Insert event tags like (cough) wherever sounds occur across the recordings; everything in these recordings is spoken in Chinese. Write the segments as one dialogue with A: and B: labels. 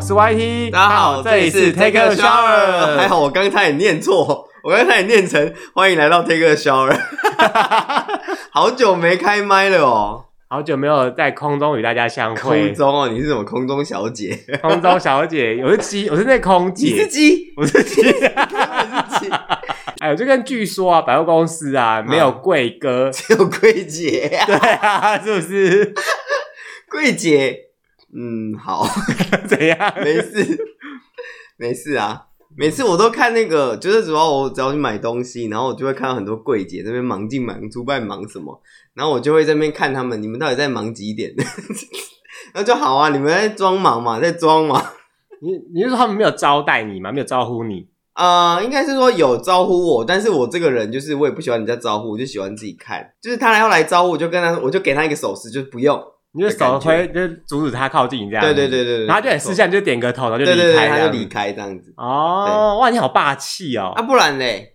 A: 是 YT，
B: 大家好，
A: 这里是 Take a Shower，
B: 还好我刚才也念错，我刚才也念成欢迎来到 Take a Shower，好久没开麦了哦，
A: (laughs) 好久没有在空中与大家相会
B: 空。中哦，你是什么空中小姐？
A: 空中小姐，我
B: (laughs)
A: 是鸡，我是那空
B: 你是
A: 姐，
B: 鸡？ (laughs)
A: 我是鸡。
B: 我是鸡， (laughs)
A: 哎，就跟据说啊，百货公司啊
B: 嗯
A: 没有贵
B: (laughs)
A: 哥，
B: 只有桂姐，
A: 对啊，是不是？
B: 桂姐，嗯，好，
A: (laughs)
B: (laughs)
A: 怎样？
B: 没事，没事啊。每次我都看那个，就是主要我只要去买东西，然后我就会看到很多柜姐这边忙进忙出，不知道在忙什么，然后我就会在那边看他们，你们到底在忙几点？ (laughs) 那就好啊，你们在装忙嘛，在装嘛。
A: 你你是说他们没有招待你吗？没有招呼你？
B: 呃，应该是说有招呼我，但是我这个人就是我也不喜欢人家招呼，我就喜欢自己看。就是他要来招呼，我就跟他，我就给他一个手势，就是不用。
A: 你就
B: 的
A: 手
B: 感
A: 挥，就阻止他靠近你这样。
B: 对对对对对，
A: 啊然后他就很识相，就点个头，然后就
B: 对对
A: 离
B: 对，
A: 开，
B: 他
A: 这
B: 就
A: 样
B: 离。开这样子。
A: 哦，哇，你好霸气哦
B: 啊，！不然嘞，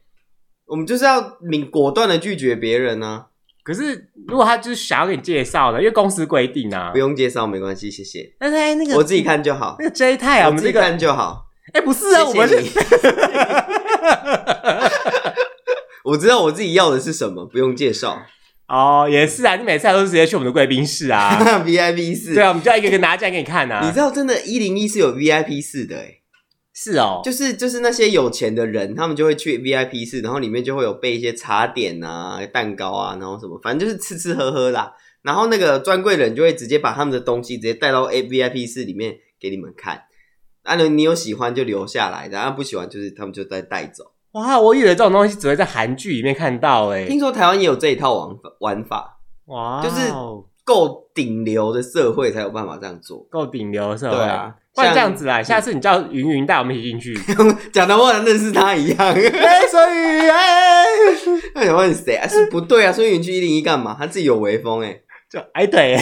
B: 我们就是要明果断的拒绝别人啊呢、
A: 可是如果他就是想要给你介绍的，因为公司规定啊
B: 不，用介绍没关系，谢谢，
A: 但是哎，那个
B: 我自己看就好，
A: 那个 J 太啊，我
B: 我
A: 们
B: 自己
A: 这个
B: 看就好。
A: 哎不是啊，我
B: 谢
A: 们
B: 谢
A: 是
B: 你， (laughs) 我知道我自己要的是什么，不用介绍。
A: 哦也是啊，你每次来都是直接去我们的贵宾室
B: (laughs)
A: 啊，
B: VIP 室，
A: 对啊，我们就要一个一个拿进来给你看
B: 你
A: 啊
B: 知，道真的，一零一是有 VIP 室的、欸，
A: 是哦，
B: 就是就是那些有钱的人，他们就会去 VIP 室，然后里面就会有备一些茶点啊、蛋糕啊，然后什么，反正就是吃吃喝喝啦。然后那个专柜人就会直接把他们的东西直接带到 A VIP 室里面给你们看。啊，你你有喜欢就留下来，然后不喜欢就是他们就再带走。
A: 哇，我以为这种东西只会在韩剧里面看到哎，
B: 听说台湾也有这一套玩法，玩法
A: 哇，哦
B: 就是够顶流的社会才有办法这样做。
A: 够顶流是吧？
B: 对，啊，
A: 不
B: 像
A: 然这样子啦，下次你叫云云带我们一起
B: (laughs)
A: 进去，
B: 讲的我认识他一样。 (laughs)
A: 哎，所以哎，
B: 那想问谁啊？是不对啊！所以你去一零一干嘛？他自己有微风哎、
A: (laughs) 就哎对，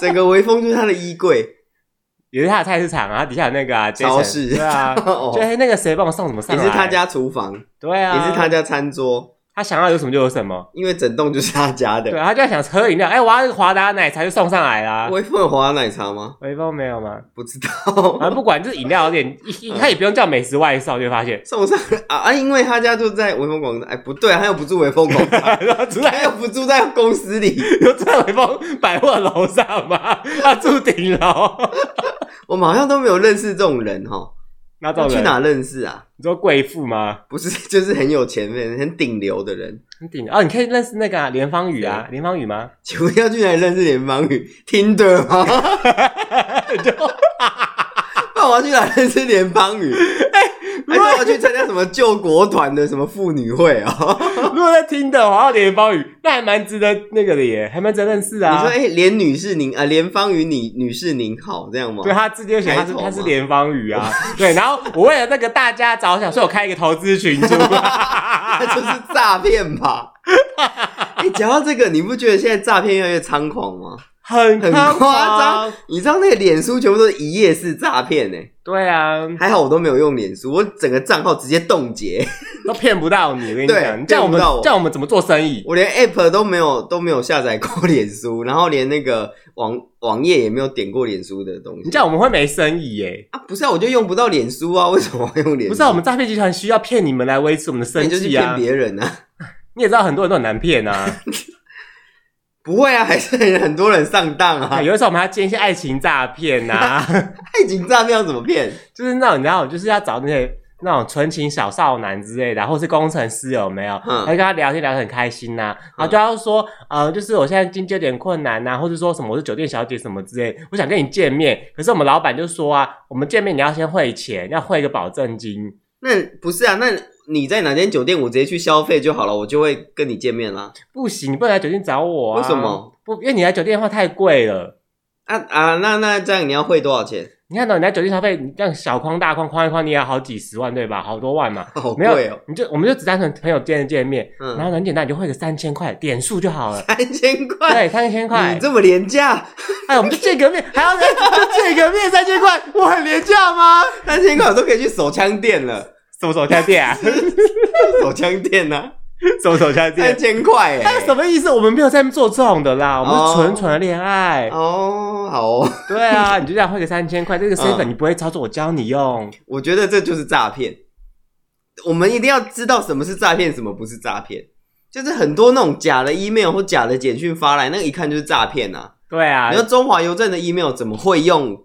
B: 整个微风就是他的衣柜，
A: (laughs) 也是他的菜市场啊，底下有那个啊
B: 超
A: Jason，
B: 市。
A: 对啊
B: (laughs) 哦
A: 就哎，那个谁帮我送什么上
B: 也
A: 来？
B: 是他，家厨房，
A: 对啊，
B: 也是他，家餐桌，
A: 他想要有什么就有什么。
B: 因为整栋就是他家
A: 对，啊
B: 的。
A: 他就在想喝饮料，哎、我要华达奶茶就送上来啦。
B: 微风有华奶茶吗？
A: 微风没有吗？
B: 不知
A: 反正
B: 道，
A: 不管，就是饮料店，一一他也不用叫美食外送，就会发现
B: (laughs)
A: (laughs)
B: 送上来啊啊！因为他家就在微风广场，哎，不对、啊，他又不住微风广
A: (laughs)
B: 场，
A: 住
B: 他
A: 在
B: 又不住在公司里。
A: 就住在微风百货楼上嘛，他住顶楼。
B: 我们好像都没有认识这种人哈，
A: 那这种
B: 去
A: 人，
B: 哪认识啊？
A: 你说贵妇吗？
B: 不是，就是很有钱的人，很顶流的人。
A: 很顶哦，你可以认识那个啊连、芳宇啊，连芳宇吗？
B: 请问要去哪里认识联邦语？听的
A: (laughs)
B: 吗？哦那我要去哪里认识联邦
A: (laughs)
B: 语？
A: 哎
B: 还是我要去参加什么救国团的什么妇女会
A: (laughs)
B: 啊、
A: 如果在听的，我要连芳宇，那还蛮值得那个的耶，还蛮值得认识啊。
B: 你说，哎、连女士您啊，连芳宇女女士您好，这样吗？
A: 对啊他直接写他
B: 抬
A: 是
B: 头
A: 他是
B: 嘛
A: 连方宇啊，对，然后我为了那个大家着想，所以我开一个投资群
B: (laughs)
A: 组，
B: (laughs) 那就是诈骗
A: (laughs)
B: 吧。哎、讲到这个，你不觉得现在诈骗越来越猖狂吗？
A: 很
B: 很
A: 夸
B: 夸张。你知道那个脸书全部都是一夜式诈骗呢？
A: 对啊，
B: 还好我都没有用脸书，我整个账号直接冻结。
A: 都骗不到你。我跟你
B: 对
A: 讲，你叫我
B: 骗
A: 们
B: 不到我
A: 叫我们怎么做生意？
B: 我连 App 都没有都没有下载过 (laughs) 脸书，然后连那个网网页也没有点过脸书的东西。
A: 你叫我们会没生意耶、
B: 啊？不是啊，我就用不到脸书啊，为什么要用脸书？
A: 不是啊，我们诈骗集团需要骗你们来维持我们的
B: 那
A: 生
B: 你就是
A: 计
B: 骗
A: 啊。
B: 别人啊？
A: 你也知道很多人都很难
B: (laughs)
A: 骗啊。
B: 不会啊，还是很多人上当啊
A: 哎。有的时候我们还要接一些爱情诈骗啊，
B: (laughs) 爱情诈骗要怎么骗？
A: 就是那种你知道，就是要找那些那种纯情小少男之类的，啊或是工程师有没有？
B: 嗯
A: 还跟他聊天聊得很开心呐、然后就要说，呃，就是我现在经济有点困难呐、或者说什么我是酒店小姐什么之类，我想跟你见面，可是我们老板就说啊，我们见面你要先汇钱，要汇一个保证金。
B: 那不是啊？那你在哪间酒店，我直接去消费就好了，我就会跟你见面啦。
A: 不行，你不能来酒店找我啊！
B: 为什么？
A: 不，因为你来酒店的话太贵了。
B: 啊啊，那那这样你要汇多少钱？
A: 你看到你来酒店消费，你这样小框大框框一框，你也要好几十万对吧？好多万嘛。
B: 好
A: 没有
B: 贵哦，
A: 你就我们就只单纯朋友间的见面，
B: 嗯。
A: 然后很简单，你就汇个三千块点数就好了
B: (laughs) 三千块，
A: 对，三千块
B: 你。这么廉价，
A: 哎，我们就见个面，还要就见个面三千块，我很廉价吗？
B: 三千块我都可以去手枪店了， (laughs)
A: 什么手枪店啊？
B: 手枪店呐、
A: (laughs) 什么手枪
B: 三
A: 店？
B: 千块
A: 哎，
B: 哎、
A: 什么意思？我们没有在做这种的啦，我们
B: 哦
A: 是纯纯的恋爱。
B: 哦，好哦， (laughs)
A: 对啊，你就这样汇个三千块，这个 seven
B: 嗯
A: 你不会操作，我教你用。
B: 我觉得这就是诈骗。我们一定要知道什么是诈骗，什么不是诈骗。就是很多那种假的 email 或假的简讯发来，那个一看就是诈骗啊！
A: 对啊
B: 你，说中华邮政的 email 怎么会用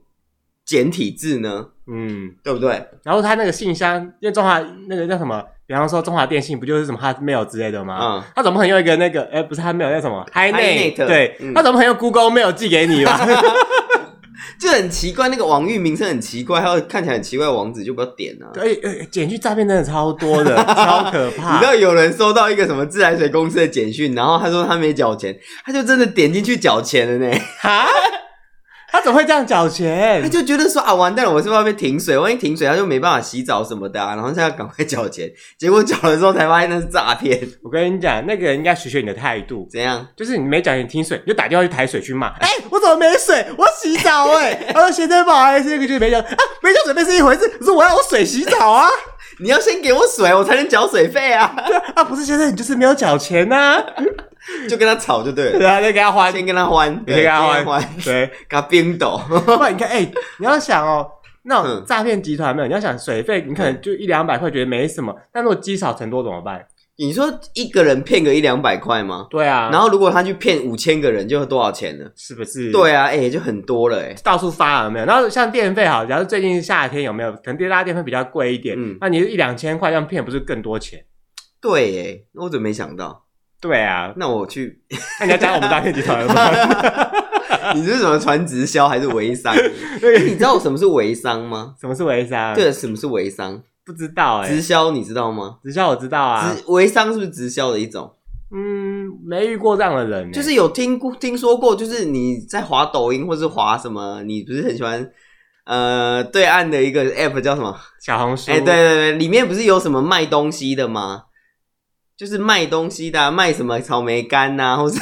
B: 简体字呢？
A: 嗯，
B: 对不对？
A: 然后他那个信箱，因为中华那个叫什么，比方说中华电信不就是什么 Hotmail 之类的吗？
B: 嗯，
A: 他怎么可能用一个那个？哎，不是 Hotmail，叫什么
B: HiNet，
A: 对，
B: 嗯
A: 他怎么可能用 Google Mail 寄给
B: (laughs)
A: 你嘛？
B: 就很奇怪，那个网域名称很奇怪，还有看起来很奇怪的网址就不要点啊。
A: 对，哎哎简讯诈骗真的超多的，超可
B: (laughs) 你
A: 怕
B: 知。道有人收到一个什么自来水公司的简讯，然后他说他没缴钱，他就真的点进去缴钱了呢。
A: 哈，他怎么会这样缴
B: 他
A: 钱？
B: 就觉得说啊，完蛋了，我是不是要被停水？万一停水，他就没办法洗澡什么的啊。然后现在赶快缴钱，结果缴了之后才发现那是诈骗，
A: 我跟你讲，那个人应该学学你的态度，
B: 怎样？
A: 就是你没缴钱停水，你就打电话去台水去骂。哎、我怎么没水？我洗澡哎、
B: (laughs)
A: 他说先生不好意思，这个就是没缴啊，没缴水费是一回事，可是我要有水洗澡啊。
B: 你要先给我水，我才能缴水费啊！ (laughs)
A: 啊，不是先生，你就是没有缴钱呐、啊。
B: 就跟他吵就对了，
A: 对啊，再给他花。
B: 先跟他欢，对
A: 先跟他欢
B: 先欢，
A: 对，
B: 给他冰斗。 (laughs)
A: 不然你看，哎、你要想哦，那种
B: 嗯
A: 诈骗集团没有，你要想水费，你可能就一两百块觉得没什么，但如果积少成多怎么办？
B: 你说一个人骗个一两百块吗？
A: 对啊，
B: 然后如果他去骗五千个人，就多少钱呢？
A: 是不是？
B: 对啊，哎、就很多了、哎，
A: 到处发有没有？然后像电费好，假如最近夏天有没有？可能电拉电费比较贵一点，
B: 嗯
A: 那你一两千块这样骗，不是更多钱？
B: 对，哎，那我怎么没想到？(laughs)
A: 对啊，
B: 那我去，
A: 那你要加我们诈骗集团了吗？
B: (laughs) 你是什么传直销还是微
A: (laughs)
B: 商？哎
A: 对
B: 你知道什么是微商吗？
A: 什么是微商？，
B: 对，什么是微商？
A: 不知道哎、
B: 直销你知道吗？
A: 直销我知道啊，
B: 直微商是不是直销的一种？
A: 嗯，没遇过这样的人、欸，
B: 就是有听过听说过，就是你在滑抖音或是滑什么，你不是很喜欢呃对岸的一个 app 叫什么？
A: 小红书，
B: 哎、对对对，里面不是有什么卖东西的吗？就是卖东西的啊、卖什么草莓干呐、
A: (laughs)
B: 或是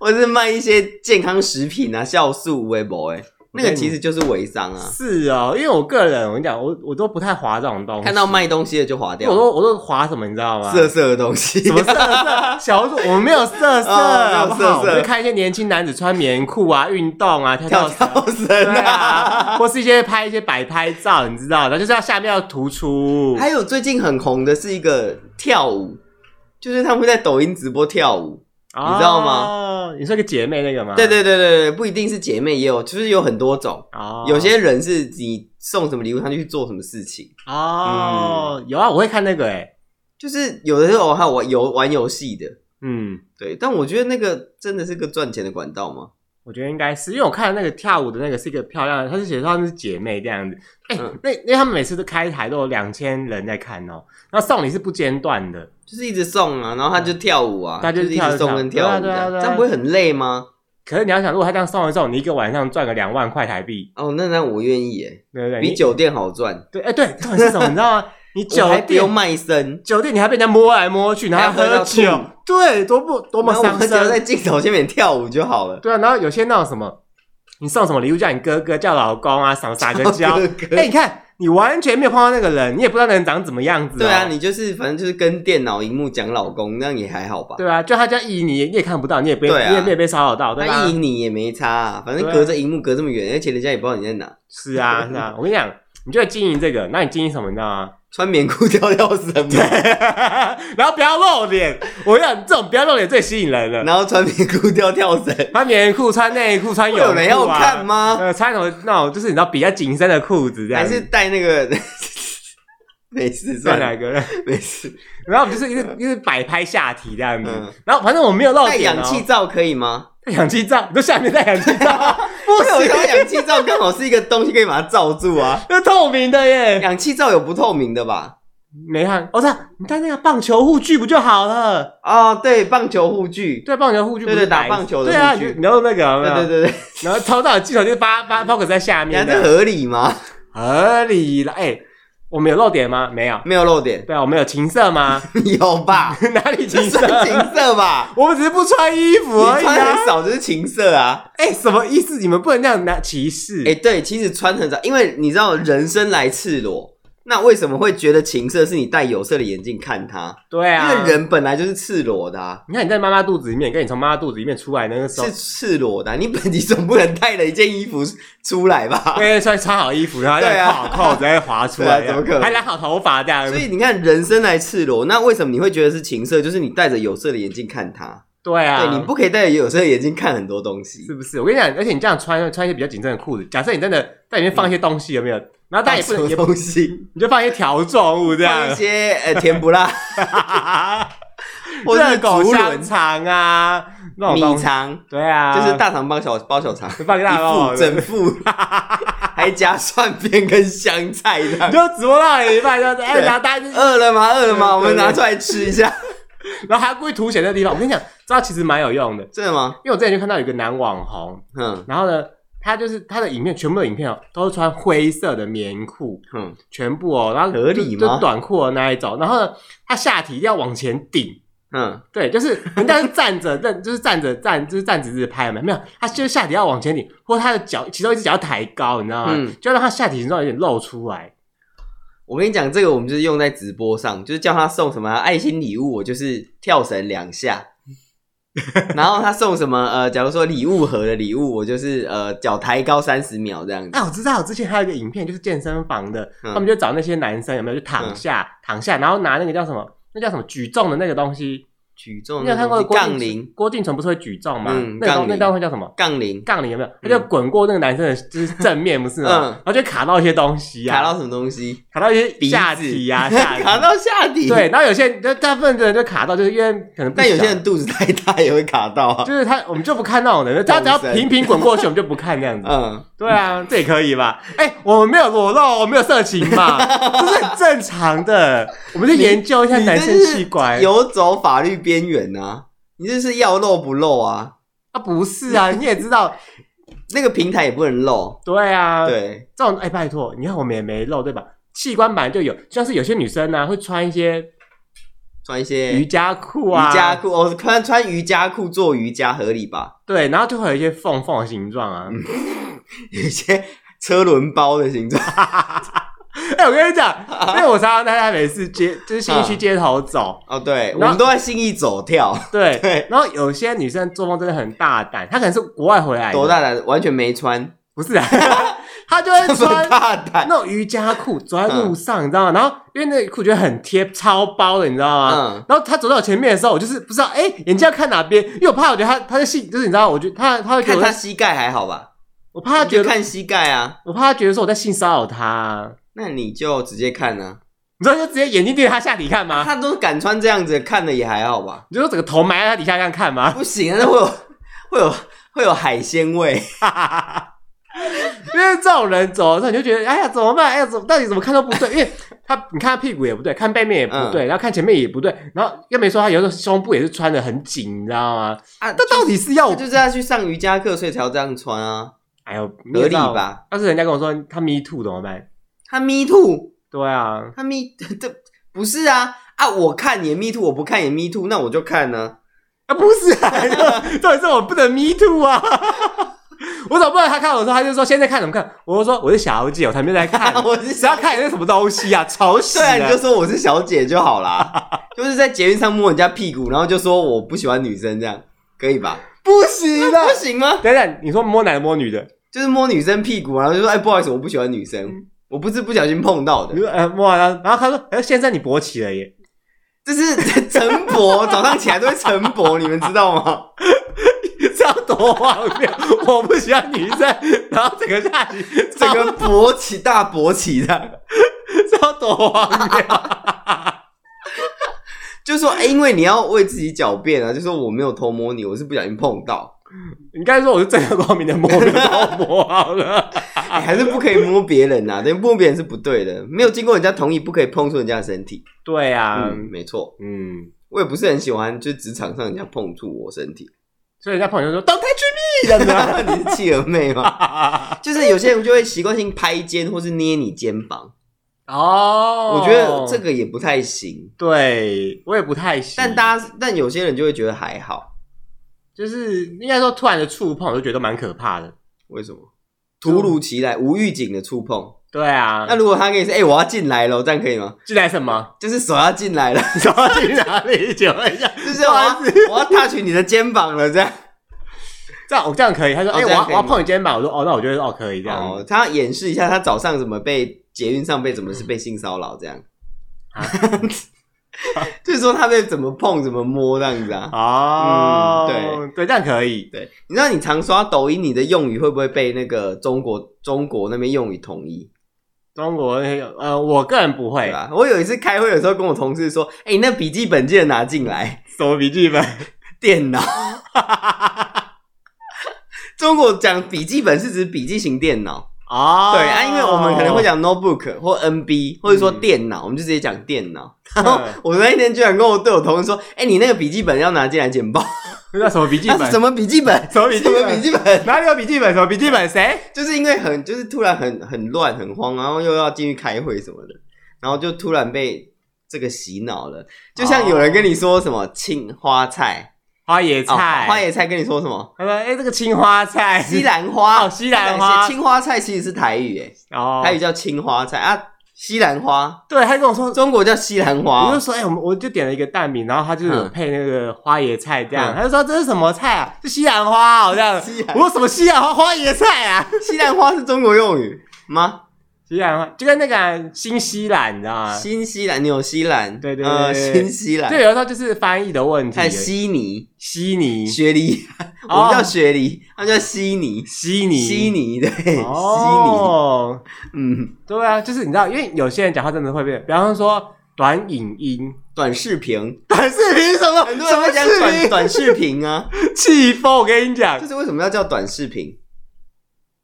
B: 或是卖一些健康食品啊、酵素、微博哎，那个其实就是微商啊。
A: 是哦，因为我个人，我跟你讲，我我都不太划这种东西，
B: 看到卖东西的就划
A: 因为我
B: 掉，
A: 都我都划什么，你知道吗？
B: 色色的东西，
A: 哦什么色色？小红书我们没有色色，
B: 哦没有色色
A: 好不好我们就看一些年轻男子穿棉裤啊、运动啊、
B: (laughs)
A: 跳
B: 跳
A: 跳
B: 跳绳
A: 对啊， (laughs) 或是一些拍一些摆拍照，你知道的，就是要下面要突出。
B: 还有最近很红的是一个跳舞，就是他们会在抖音直播跳舞。你知道
A: 吗？哦你说个姐妹那个吗？
B: 对对对对对，不一定是姐妹，也有就是有很多种。
A: 哦，
B: 有些人是你送什么礼物，他就去做什么事情。
A: 哦，
B: 嗯
A: 有啊，我会看那个诶。
B: 就是有的时候还有玩游玩游戏的，
A: 嗯，
B: 对。但我觉得那个真的是个赚钱的管道吗？
A: 我觉得应该是，因为我看那个跳舞的那个是一个漂亮的，她是写她们是姐妹这样子。哎、
B: 嗯
A: 那那他们每次都开台都有两千人在看哦，然后送礼是不间断的，
B: 就是一直送啊，然后他就跳舞啊，
A: 他
B: 就
A: 就
B: 是是一直送跟跳舞
A: 跳对啊对啊
B: 的，
A: 对啊
B: 这样不会很累吗？
A: 可是你要想，如果他这样送一送，你一个晚上赚个两万块台币，
B: 哦，那那我愿意耶，
A: 对不对？
B: 比
A: 你
B: 酒店好赚，
A: 对，哎、对，重点是什么？你知道吗？你
B: (laughs) 我
A: 哎酒
B: 还不
A: 店
B: 用卖身，
A: 酒店你还被人家摸来摸去，然后
B: 还要喝
A: 喝
B: 到
A: 酒
B: 吐，
A: 对，多不多
B: 我
A: 么
B: 们
A: 伤
B: 只要在
A: 身。
B: 镜头前面跳舞就好了。
A: 对啊，然后有些那种什么，你送什么礼物叫你哥哥叫老公啊，什么撒个娇，
B: 哥
A: 哎、
B: 哥
A: 你看你完全没有碰到那个人，你也不知道那人长怎么样子、哦。
B: 对啊，你就是反正就是跟电脑荧幕讲老公，那样也还好吧。
A: 对啊，就他这样意淫你，你也看不到，你也被、
B: 对啊
A: 你也没有被骚扰到，对吧
B: 他意？淫你也没差、啊，反正
A: 对啊
B: 隔着荧幕隔这么远，而且人家也不知道你在哪。
A: 是啊，是啊，我跟你讲，你就经营这个，那你经营什么，你知道吗？ (laughs)
B: 穿棉裤跳跳绳嘛，
A: 啊然后不要露脸，我跟你讲，这种不要露脸最吸引人了。
B: 然后穿棉裤跳跳绳，
A: 穿棉裤、穿内裤、穿泳裤、啊，
B: 有人要看吗？
A: 呃，穿什么那种就是你知道比较紧身的裤子这样
B: 还
A: 子，
B: 是带那个？ (laughs) 没事，算
A: 算哪
B: 了，
A: 个？ (laughs)
B: 没事。
A: 然后我们就是一直一直摆拍下体这样子，
B: 嗯
A: 然后反正我没有露
B: 带
A: 点、哦，
B: 氧气罩可以吗？
A: 戴氧气罩，你说下面戴氧气
B: (laughs)
A: 罩，
B: 不行，带氧气罩刚好是一个东西可以把它罩住啊。
A: 那透明的耶，
B: 氧气罩有不透明的吧？
A: 没看，我、哦、操，你戴那个棒球护具不就好了？
B: 哦，对，棒球护具。
A: 对，棒球护具不是
B: 对对打
A: 白
B: 棒球的
A: 对啊，
B: 护
A: 你
B: 具
A: 你用那个有没
B: 对对
A: 有
B: 对对，
A: 然后抽到的镜头就发发 focus 在下
B: 你看
A: 面
B: 这
A: 的，
B: 合理吗？
A: 合理了。哎、我们有露点吗？没有。
B: 没有漏点， (laughs)
A: 对啊，我们有情色吗？ (laughs)
B: 有吧？
A: 哪里
B: 这 (laughs)
A: 情色？
B: 算情色吧？
A: 我们只是不穿衣服
B: 你
A: 而已
B: 穿
A: 啊！
B: 很少就是情色啊。哎
A: 哎、什么意思？你们不能这样拿歧视。
B: 哎、对，其实穿很少，因为你知道人生来赤裸，那为什么会觉得情色是你戴有色的眼镜看它？
A: 对啊，
B: 因为人本来就是赤裸的、啊，
A: 你看你在妈妈肚子里面，跟你从妈妈肚子里面出来那个时候
B: 是，赤裸的啊、你本你总不能带了一件衣服出来吧？
A: 对，穿穿好衣服，然后
B: 对
A: 再
B: 啊
A: 好扣子，再滑出
B: (laughs) 对啊
A: 来，
B: 怎么可能
A: 还染好头发这样？
B: 所以你看，人生来赤裸，那为什么你会觉得是情色？就是你戴着有色的眼镜看它，
A: 对啊，
B: 对，你不可以戴着有色的眼镜看很多东西
A: 是。不是？我跟你讲，而且你这样穿穿一些比较紧身的裤子，假设你真的在里面
B: 嗯
A: 放一些东西，有没有？然后但也不
B: 什
A: 能，
B: 么
A: 也
B: 东西？
A: 你就放一些条状物这样
B: 放一，些呃甜不
A: (laughs)
B: 辣，或
A: 热
B: 是
A: 狗
B: 竹
A: 香
B: 轮、
A: 肠啊，那种东
B: 米
A: 西，
B: 肠，
A: 对啊，
B: 就是大肠包小包小肠，
A: 放个大包啊
B: 一副整
A: (laughs)
B: 副，还加蒜片跟香菜
A: 你
B: 的。
A: 就直播到一半，就是哎，
B: 对
A: 拿单子，
B: 饿了吗？饿了吗？
A: 对
B: 我们拿出来吃一下，
A: 然后还要故意凸显那个地方。我跟你讲，这其实蛮有用的，
B: 真的吗？
A: 因为我之前就看到有一个男网红，
B: 嗯
A: 然后呢，他就是他的影片，全部的影片哦，都是穿灰色的棉裤，
B: 嗯，
A: 全部哦，然后
B: 合理吗
A: 就就短裤的那一种，然后呢，他下体一定要往前顶。
B: 嗯，
A: 对，就是人家是站着，但 (laughs) 就是站着站，就是站直直拍嘛，没有，他就是下体要往前顶，或者他的脚，其中一只脚要抬高，你知道吗？
B: 嗯
A: 就要让他下体形状有点露出来。
B: 我跟你讲，这个我们就是用在直播上，就是叫他送什么爱心礼物，我就是跳绳两
A: (laughs)
B: 下。然后他送什么？呃，假如说礼物盒的礼物，我就是呃脚抬高三十秒这样子。
A: 啊，我知道，我之前还有一个影片，就是健身房的，
B: 嗯
A: 他们就找那些男生有没有，就躺下、躺下，然后拿那个叫什么，那叫什么举重的那个东西，
B: 举重
A: 你有
B: 哦那种
A: 看过
B: 是
A: 郭
B: 杠
A: 敬
B: 铃，
A: 郭敬淳不是会举重吗？
B: 嗯
A: 那个
B: 杠
A: 东
B: 铃
A: 那个东西叫什么？
B: 杠铃
A: 杠铃有没有？他就滚过那个男生的，就是正面不是吗？
B: 嗯
A: 然后就卡到一些东西啊，
B: 卡到什么东西？
A: 卡到一些
B: 鼻子
A: 下体啊，下
B: (laughs)
A: 体
B: 卡到下底。
A: 对，，然后有些人就大部分的人就卡到，就是因为可能
B: (laughs)
A: 不
B: 但有些
A: 小
B: 人肚子太大也会卡到
A: (laughs)
B: 啊。
A: 就是他，我们就不看那种人，他只要
B: 动身
A: 平平滚过去，我们就不看这样子。
B: 嗯，
A: (laughs) 对啊，这也可以吧？哎、我们没有裸露，我们没有色情嘛，这是很正常的。我们就研究一下
B: 你
A: 男
B: 这
A: 生器官
B: 是。游走法律边缘啊！你这是要露不露啊？
A: 啊，不是啊，你也
B: (laughs)
A: 知道，
B: 那个平台也不能露。
A: 对啊，，
B: 对，
A: 这种哎、拜托，你看我们也没露对吧？器官本来就有，像是有些女生呢、会穿一些
B: 穿一些
A: 瑜伽裤啊，
B: 瑜伽裤，哦，穿穿瑜伽裤做瑜伽合理吧？ (laughs)
A: 对，然后就会有一些缝缝的形状
B: 嗯
A: 啊。
B: 有一些车轮包的形状，
A: (laughs) 哎、我跟你
B: (laughs)
A: 讲，因为我常常在台北市街，就是新
B: 嗯
A: 一区街头走，
B: 哦，对，我
A: 那
B: 们都在信义走跳， (laughs)
A: 对，
B: 对
A: 然后有些女生做梦真的很大胆，她可能是国外回来的，
B: 多大胆，完全没穿，
A: 不是、啊， (laughs) 她就会
B: 这么 (laughs)
A: 穿
B: 大嗯胆，
A: 那种瑜伽裤走在路上，你知道吗？然后因为那个裤觉得很贴，超包的，你知道吗？
B: 嗯，
A: 然后她走到我前面的时候，我就是不知道，哎、眼睛要看哪边，因为我怕我觉得她她的性，就是你知道，我觉得她她会觉
B: 看
A: 得
B: 他
A: 我
B: 膝盖还好吧？
A: 我怕她
B: 你
A: 觉
B: 就
A: 得，
B: 看膝盖啊，
A: 我怕她觉得说我在性骚扰她，啊
B: 那你就直接看啊，
A: 你知道就直接眼睛盯着她下体看吗？
B: 他都敢穿这样子，看的也还好吧？
A: 你就说整个头埋在她底下这样看吗？
B: 不行啊，那会有会有会有海鲜味，
A: (laughs) 因为这种人走的时候，你就觉得哎呀怎么办？哎呀怎么到底怎么看都不对，因为他你看他屁股也不对，看背面也不
B: 嗯
A: 对，然后看前面也不对，然后又没说他有时候胸部也是穿的很紧，你知道吗？
B: 啊，
A: 那到底是要
B: 他就是要去上瑜伽课，所以才要这样穿啊，
A: 哎呦你
B: 合
A: 也
B: 理
A: 知道？
B: 吧？
A: 要是人家跟我说他 me too 怎么办？
B: 他 me too。
A: 对啊，
B: 他 me 这不是啊啊！我看也 me too，我不看也 me too，那我就看呢、，
A: 啊 (laughs) 不是啊，到底是我不能 me too 啊？我怎么不能他看我的时候，他就说现在看怎么看？我就说我是小姐，我才没在看
B: (laughs) 我是
A: 只要看你是什么东西啊，吵死
B: 对
A: 了！
B: 啊，你就说我是小姐就好啦，就是在捷运上摸人家屁股，然后就说我不喜欢女生，这样可以吧？
A: 不行
B: 不
A: 了。
B: 行吗？
A: 等等，你说摸男的摸女的？
B: 就是摸女生屁股，然后就说哎，不好意思，我不喜欢女生，我不是不小心碰到
A: 你
B: 的，
A: 说呃摸完了，然后他说：“哎、先生你勃起了耶
B: 这是晨勃，早上起来都会晨勃，你们知道吗？！”
A: 这样多荒谬！我不喜欢女生，然后整个下体，
B: 整个勃起大勃起的，
A: 这样多荒谬！
B: 就说哎，因为你要为自己狡辩啊，就说我没有偷摸你，我是不小心碰到。
A: 你刚才说我是正大光明的摸，没有帮我摸好了。
B: 哎还是不可以摸别人呐、啊，对，摸别人是不对的，没有经过人家同意，不可以碰触人家的身体。
A: 对啊，
B: 嗯，
A: 嗯
B: 没错，我也不是很喜欢，就是职场上人家碰触我身体， (laughs)
A: 所以人家朋友就说 “Don't touch
B: 你是企鹅妹
A: (laughs)
B: 吗？
A: me”。
B: 就是有些人就会习惯性拍肩或是捏你肩膀，
A: 哦，
B: 我觉得这个也不太行。
A: 对我也不太行，
B: 但大家，但有些人就会觉得还好，
A: 就是应该说突然的触碰，我就觉得蛮可怕的。
B: 为什么？突如其来、无预警的触碰。
A: 对啊
B: 那，如果他跟你说：“哎、我要进来了”，这样可以吗？
A: 进来什么？
B: 就是手要进来了，
A: 你要去哪里？请问一下，
B: 就是我要我要 touch 你的肩膀了，这样。
A: 这样我这样可以？他说，
B: 哦
A: 哎、
B: 这
A: 我
B: 样
A: 要
B: 可
A: 我
B: 以
A: 要
B: 吗
A: 碰你肩膀，我说哦，那我觉得哦可以这样子。
B: 哦，他要演示一下他早上怎么被捷运上被怎么是被性骚扰这样
A: 啊，
B: (laughs) 就是说他被怎么碰怎么摸这样子啊。
A: 哦，
B: 嗯
A: 对，这样可以。
B: 对，你知道你常刷抖音，你的用语会不会被那个中国中国那边用语统一？
A: 中国那个呃，我个人不
B: 对
A: 会，
B: 吧？我有一次开会的时候跟我同事说：“哎、你那笔记本记得拿进来，
A: 什么笔记
B: (laughs)
A: 本？
B: 电脑。”中国讲笔记本是指笔记型电脑，
A: 哦，
B: 对啊，因为我们可能会讲 notebook 或 NB，或者说
A: 嗯
B: 电脑，我们就直接讲电脑。
A: 嗯
B: 然后我那一天居然跟我对我同事说：“哎、你那个笔记本要拿进来简报。
A: 那叫什么笔”记
B: 他
A: 本
B: 啊说：“？什么笔记本？
A: 什么笔记
B: 什么笔
A: 本？
B: 记本
A: 哪里有笔记本？什么笔记本？谁？”？
B: 就是因为很就是突然很很乱很慌，然后又要进去开会什么的，然后就突然被这个洗脑了。就像有人跟你说什么青花菜，
A: 花野
B: 哦
A: 哦菜。
B: 花椰菜跟你说什
A: (laughs)
B: 么
A: 他说：“哎，这个青花菜，
B: 西兰花，
A: 哦西兰花
B: 青花菜其实是台语诶，
A: (laughs) 哦，
B: 台语叫青花菜啊，西兰花，
A: 对，他跟我说，
B: 中国叫西兰花哦。
A: 我就说，哎，我们我就点了一个蛋饼，然后他就是有
B: 嗯
A: 配那个花椰菜这样，
B: 嗯
A: 他就说这是什么菜啊？是西兰花哦这样
B: 西。兰
A: 我说什么西兰花花椰菜啊？
B: 西兰花是中国用语吗？
A: 西兰花就跟那个啊新西兰，你知道吗？
B: 新西兰、纽西兰，
A: 啊对对对
B: 呃，
A: 对对
B: 新西兰
A: 就，有时候就是翻译的问题
B: 还有，悉尼、
A: 悉尼，
B: 雪梨，我
A: 哦
B: 们叫雪梨，他们叫悉尼，
A: 悉尼，
B: 悉尼对，悉尼，
A: 哦，
B: 嗯，
A: 对啊，就是你知道，因为有些人讲话真的会变，比方说短影音、
B: 短视频，
A: 短视频什么
B: 很多人会讲短短视频啊，
A: 气疯，我跟你讲
B: 就，是为什么要叫短视频？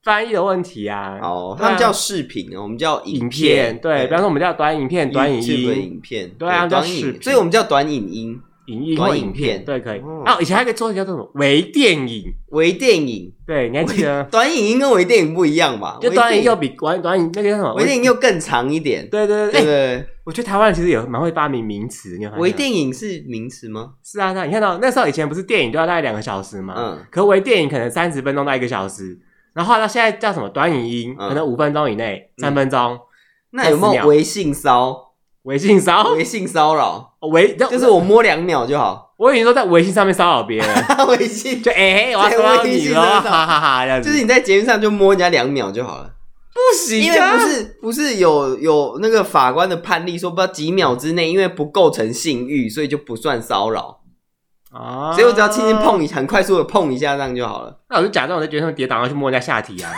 A: 翻译的问题啊。
B: 哦，
A: 对啊
B: 他们叫视频啊，我们叫
A: 影
B: 片
A: 片，，对，比方说我们叫短影片、短影
B: YouTube 的
A: 音、
B: 影片，
A: 对啊叫
B: 短
A: 视频
B: 影，所以我们叫短影音、
A: 影音
B: 短
A: 或
B: 影
A: 影片，
B: 片
A: 对，可以。
B: 哦
A: 啊，以前还可以做一个叫做什么微电影，
B: 微电影，
A: 对，你还记得吗？
B: 短影音跟微电影不一样吧？
A: 就短影
B: 微
A: 又比短短影那个叫什么
B: 微电影又更长一点，
A: 对对
B: 对
A: 对
B: 不
A: 对，哎，
B: 对？
A: 我觉得台湾人其实也蛮会发明名词，你有发现吗
B: 微电影是名词吗？
A: 是啊，那你看到那时候以前不是电影都要大概两个小时吗？
B: 嗯，
A: 可微电影可能三十分钟到一个小时，然后到现在叫什么短影音，
B: 嗯
A: 可能五分钟以内，三分钟。
B: 那有没
A: 20
B: 有
A: 秒哦
B: 微信骚？
A: 微信骚
B: 微信骚扰
A: 微，就
B: 就是我摸两秒就好。 (laughs)
A: 我已经说在微信上面骚扰别人， (laughs)
B: 微信
A: 就哎、欸，我要骚扰
B: 在微
A: 你
B: 信
A: 了，
B: 上
A: 哈哈哈哈，这样子
B: 就是你在节目上就摸人家两秒就好了，
A: 不行
B: 因
A: 啊
B: 为不是不是有有那个法官的判例说，不知道几秒之内，因为不构成性欲，所以就不算骚扰。
A: 啊
B: 所以我只要轻轻，碰一，很快速的碰一下，这样就好
A: (laughs)
B: 了。
A: 那我就假装我在觉得跌倒，然后去摸人家下体啊，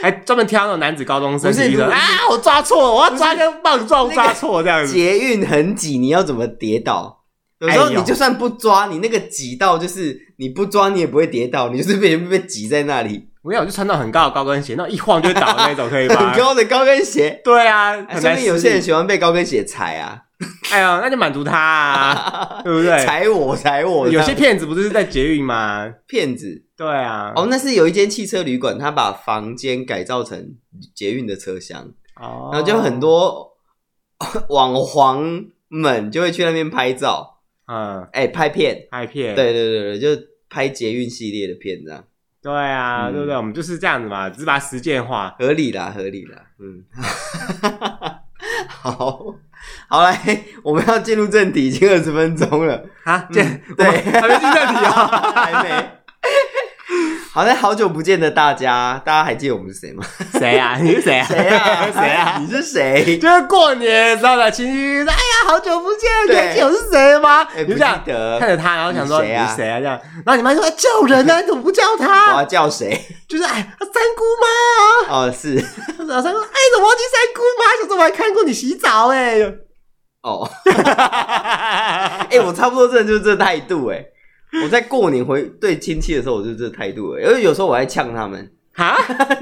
A: 还专门挑那种男子高中生，
B: 不是
A: 就说
B: 不是
A: 啊，我抓错了，我要抓跟棒状抓错这样子，
B: 捷运很挤，你要怎么跌倒？有时候
A: 哎呦
B: 你就算不抓，你那个挤到就是你不抓，你也不会跌倒，你就是被被挤在那里。
A: 没有，我就穿到很高的高跟鞋，那一晃就倒的那种，可以吧
B: (laughs) 很？高的高跟鞋，
A: 对啊，
B: 哎
A: 很
B: 说
A: 难
B: 不定有
A: 适
B: 些
A: 应
B: 人喜欢被高跟鞋踩啊，
A: 哎呀，那就满足他、啊，
B: (laughs)
A: 对不对？
B: 踩我踩我，
A: 有
B: 这
A: 些
B: 样
A: 骗子不是在捷运吗？
B: 骗子
A: 对啊，
B: 哦，那是有一间汽车旅馆，他把房间改造成捷运的车厢，
A: 哦
B: 然后就很，多 (laughs) 网黄们就会去那边拍照，
A: 嗯，
B: 哎，拍片，
A: 拍片，
B: 对对对对，就拍捷运系列的片这样，
A: 对啊，
B: 嗯
A: 对不对？我们就是这样子嘛，只是把它实践化。
B: 合理啦，合理啦，嗯， (laughs) 好。好来，我们要进入正题，已经二十分钟了。 (laughs)
A: 哈，这
B: 嗯
A: 我们 (laughs)
B: 对
A: 还没进正
B: (laughs)
A: 题啊。
B: 还没。好在好久不见的大家，大家还记得我们是谁吗？
A: 谁啊？你是谁啊？
B: (laughs)
A: (laughs) 谁啊？
B: 哎你是谁？
A: 就是过年知道的亲戚，哎呀，好久不见，你
B: 对
A: 还记得我是谁吗？
B: 哎、
A: 你
B: 不
A: 就
B: 记
A: 这样看
B: 得，
A: 着他，然后想说
B: 你
A: 你
B: 谁啊
A: 是谁啊？这样，然后你妈就说哎叫人啊，你怎么不叫
B: 我
A: 他
B: 要？叫谁？ (laughs)
A: 就是哎，三姑妈啊。
B: 哦，是
A: 老三说：“哎，怎么忘记三姑妈？小时候我还看过你洗澡哎、
B: 哦，哎、我差不多真的就是这态度哎、我在过年回对亲戚的时候，我就是这态度哎、因为有时候我还呛他们， (laughs)
A: 哈，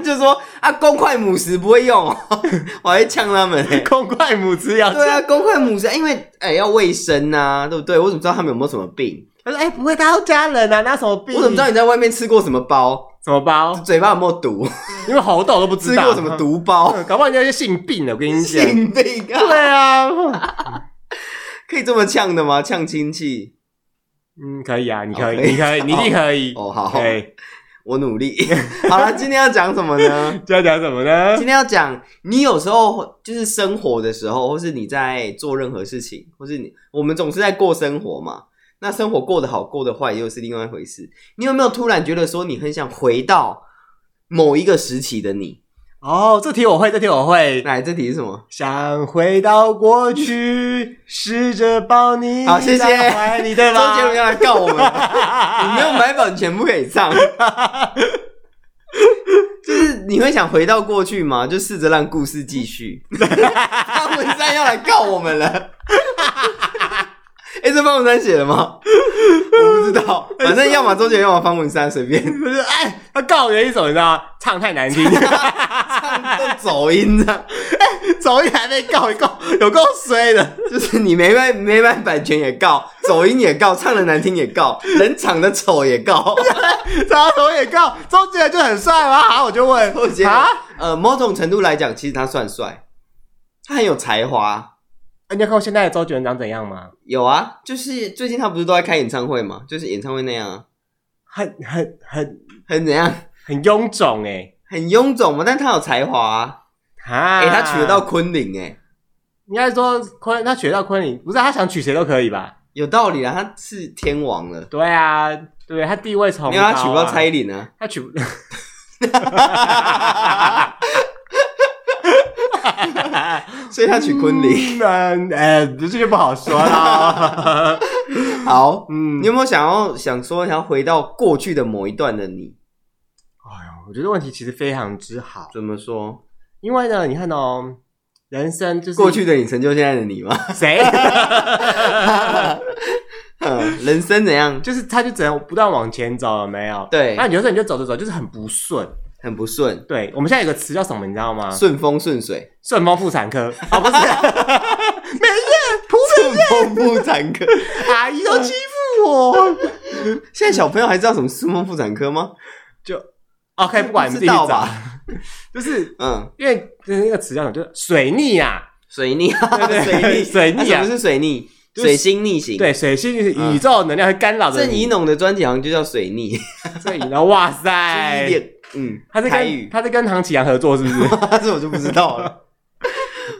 B: 就说啊，公筷母匙不会用、哦， (laughs) 我还呛他们哎、
A: 空怪母子要
B: 对啊，公筷母匙，因为哎、要卫生啊，对不对？我怎么知道他们有没有什么病？
A: 他说：“哎，不会，他要家人啊，那什么病？
B: 我怎么知道你在外面吃过什么包？
A: 什么包？
B: 嘴巴有没有毒？
A: 因为猴豆都不知
B: 吃
A: 道
B: 过什么，毒包？
A: (laughs) 嗯搞不好人家就性病了。我跟你讲，
B: 性病啊，
A: 对啊，
B: 可以这么呛的吗？呛亲戚？
A: 嗯，可以啊，你可以，
B: 哦可以
A: 你可以，你一定可以。
B: 哦，好，
A: 对，
B: 我努力。 (laughs) 好了，今天要讲什么呢？
A: 就要讲什么 (laughs) 呢？
B: 今天要讲，你有时候就是生活的时候，或是你在做任何事情，或是你我们总是在过生活嘛。那生活过得好，过得坏又是另外一回事。你有没有突然觉得说，你很想回到某一个时期的你？
A: 哦，这题我会，这题我会。
B: 来，这题是什么？
A: 想回到过去，试着抱你
B: 好谢谢
A: 在怀里，对
B: 周
A: 吧？
B: 杰伦要来告
A: (laughs)
B: 我们，你没有买版权不可以唱。 (laughs) 就是你会想回到过去吗？就试着让故事继
A: (laughs)
B: 续。方文山要来告我们了。 (laughs) 哎、这方文山写的吗？我不知道，反正要么周杰伦，要么方文山，随便
A: 不是，哎，他告我的一首，你知道吗？唱太难 (laughs) 听，
B: 都走音的，
A: 走一还被告一告，有够衰的。
B: 就是你没卖没卖版权也告，走音也告，唱的难听也告，人长得丑也告。
A: 然后我也告，周杰伦就很帅吗？好，我就问
B: 周杰伦
A: 啊，
B: 呃，某种程度来讲，其实他算帅，他很有才华。
A: 哎你有看过现在的周杰伦长怎样吗？
B: 有啊，就是最近他不是都在开演唱会嘛，就是演唱会那样啊，
A: 很很很
B: 很怎样，
A: 很臃肿哎、
B: 很臃肿嘛，但他有才华、啊，
A: 欸，啊，
B: 哎、他娶得到昆凌、哎，
A: 应该说昆，他娶得到昆凌，不是他想娶谁都可以吧？
B: 有道理啊，他是天王了，
A: 对啊，对，他地位崇高、啊，
B: 没有他娶不到蔡依林啊，
A: 他娶不， (laughs)
B: 所以他娶昆凌。
A: 嗯，哎、这就不好说 (laughs) 啦。
B: 好，
A: 嗯
B: 你，有没有想要想说想要回到过去的某一段的你？
A: 哎呦，我觉得问题其实非常之好，
B: 怎么说？
A: 因为呢，你看哦，人生就是
B: 过去的你成就现在的你吗？ (laughs)
A: 谁， (laughs)
B: 嗯人生怎样？
A: 就是他就只能不断往前走，有没有？
B: 对
A: 那，有时候你就走着走，就是很不顺。
B: 很不顺，
A: 对，我们现在有个词叫什么，你知道吗？
B: 顺风顺水。
A: 顺丰妇产科 (laughs) 啊，不是，每日仆
B: 顺风妇产科。
A: 人阿姨都欺负 (laughs) 我。
B: (laughs) 现在小朋友还知道什么顺风妇产科吗？
A: 就 OK，不管哦你
B: 哎不知
A: 自己去
B: 道
A: 找，
B: 吧？ (laughs)
A: 就是
B: 嗯，
A: 因为就是那个词叫什么，就是水逆啊。
B: 水逆，
A: 对
B: 水逆，
A: 水逆
B: 那什
A: 啊
B: 么是水逆？
A: 就是
B: 水星逆行。，
A: 对，水星就是
B: 嗯
A: 宇宙能量会干扰着
B: 郑
A: 你
B: 怡。农的专辑好像就叫水逆，
A: 这然后哇
B: 就是 (laughs)
A: 塞
B: 一，点嗯，
A: 他是
B: 台
A: 跟
B: 语，
A: 他是跟唐启阳合作是
B: (laughs)
A: 不是？
B: 这我就不知道了。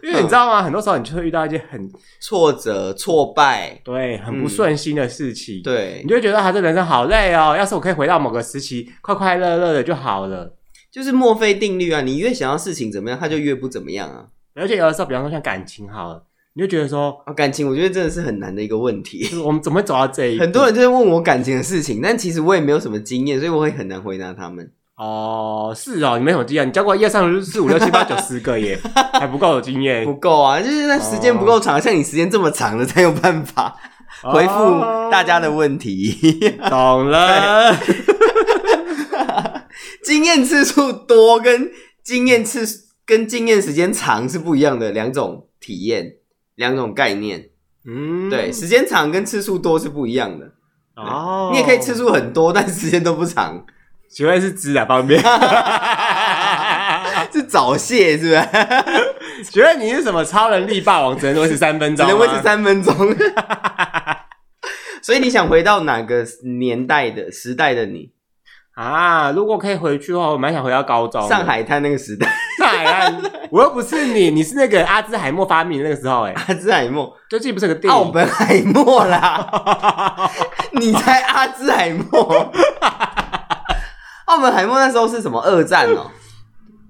A: 因为你知道吗？很多时候你就会遇到一些很
B: 挫折、挫败，
A: 对很
B: 嗯
A: 不顺心的事情，
B: 对
A: 你，就会觉得啊，这人生好累哦。要是我可以回到某个时期，快快乐乐的就好了。
B: 就是墨菲定律啊。你越想要事情怎么样，它就越不怎么样啊。
A: 而且有的时候，比方说像感情好了，你就觉得说，
B: 啊，感情我觉得真的是很难的一个问题。
A: 就是我们怎么会走到这一步？
B: 很多人就会问我感情的事情，但其实我也没有什么经验，所以我会很难回答他们。
A: 哦，是哦，你没什么经验，你教过一二三四五六七八九十
B: (laughs)
A: 个耶，还不够有经验
B: 不，够啊，就是那时间不够
A: 哦
B: 长，像你时间这么长的才有办法回复大家的问题。 (laughs)
A: 哦懂了。
B: 经验次数多跟经验次跟经验时间长是不一样的两种体验，两种概念。
A: 嗯，
B: 对，时间长跟次数多是不一样的。
A: 哦，
B: 你也可以次。数很多，但时间都不长，
A: 请问是指哪
B: (laughs)
A: 方面？啊
B: 是早泄是不是？
A: (laughs) 请问你是什么超能力霸王？只能维持三分
B: 只
A: 钟，
B: 能维持。三分钟。
A: 啊
B: (laughs) 所以你想回到哪个年代的时代的你？
A: 啊，如果可以回去的话，我蛮想回到高中的。
B: 上海滩那个时代， (laughs)
A: 上海岸，我又不是你， (laughs) 你是那个阿兹海默发明的那个时候、哎，
B: 阿兹海默。
A: 就记不是有个电
B: 奥
A: 影？
B: 本海默啦，
A: (laughs)
B: 你才阿兹海默。奥本海默那时候是什么？二战哦、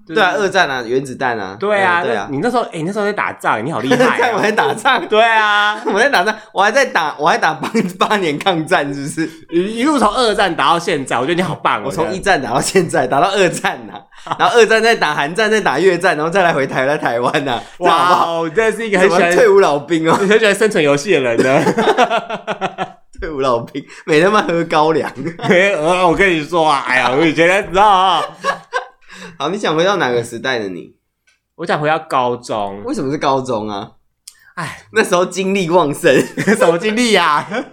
A: 就是
B: 对啊，二战啊，原子弹啊，
A: 对啊，
B: 嗯对
A: 那
B: 啊。
A: 你那时候，哎、你那时候在打仗，你好厉
B: (laughs) 二
A: 害、
B: 战我
A: 啊。
B: 还打仗，
A: 对啊，
B: 我在打仗，我还在打，我还打八八年抗战，是不是？
A: 一一路从二战打到现在，我觉得你好棒哦！
B: 我从一战打到现在，打到二战呐、然后二战再打韩战，再打越战，然后再来回台来台湾呐、这样好
A: 哇哦，这是一
B: 不好？
A: 个很
B: 什
A: 喜
B: 么
A: 欢
B: 退伍老兵哦、
A: 很喜欢生存游戏的人呢。 (laughs)
B: 退伍老兵每天嘛喝高粱。
A: 呃我跟你说啊，哎呀，我以前才知道啊。
B: 好，你想回到哪个时代的你？
A: 我想回到
B: (laughs)
A: 高中，
B: 为什么是高中啊？
A: 哎，
B: 那时候精力旺盛， (laughs)
A: 什么经历啊呀、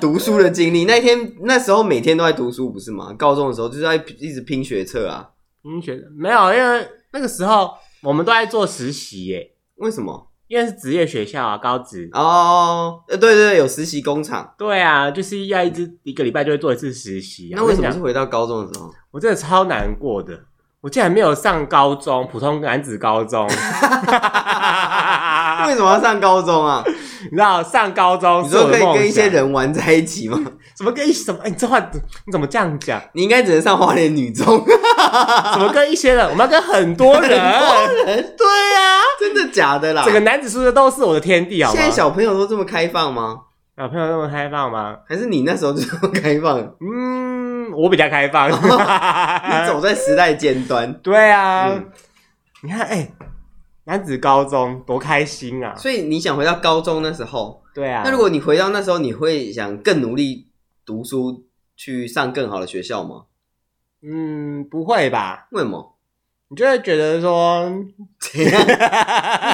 B: 读书的经历。那一天那时候每天都在读书，不是吗？高中的时候就是在一直拼学测啊。
A: 你觉得没有？因为那个时候我们都在做实习耶，
B: 为什么？
A: 因为是职业学校啊，高职。
B: 哦，呃，对对对，有实习工厂。
A: 对啊，就是要一直一个礼拜就会做一次实习、啊。
B: 那为什么是
A: 我跟你讲
B: 回到高中的时候？
A: 我真的超难过的，我竟然没有上高中，普通男子高
B: (laughs)
A: 中。
B: 为什么要上高中啊？
A: 你知道上高中
B: 你
A: 是我
B: 说
A: 的
B: 可以
A: 梦
B: 跟一些
A: 想
B: 人玩在一起吗？
A: 什么跟一什么？哎、你这话你怎么这样讲？
B: 你应该只能上花莲女
A: (laughs)
B: 中。
A: 怎么跟一些人？我们要跟很
B: (laughs)
A: 多人。对啊，
B: 真的假的啦？
A: 整个啊男子宿舍都是我的天地，好
B: 现
A: 吗？
B: 在小朋友都这么开放吗？
A: 小朋友那么开放吗？
B: 还是你那时候就这么开放？
A: 嗯，我比较开
B: (laughs)
A: 放。(laughs) 啊
B: 你走在时代尖端，
A: 对啊，
B: 嗯
A: 你看，哎、男子高中多开心啊！
B: 所以你想回到高中那时候。
A: 对啊，
B: 那如果你回到那时候，你会想更努力读书，去上更好的学校吗？
A: 嗯不会吧？
B: 为什
A: (laughs)
B: 么？
A: 你就会觉得说，
B: 怎
A: (laughs)
B: 样？不是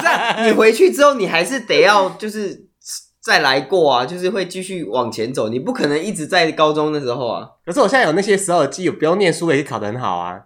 B: 啊、你回去之后，你还是得要就是再来过啊，就是会继续往前走，你不可能一直在高中的时候啊。
A: 可是我现在有那些时候的记忆，我不用念书也可以考得很好啊。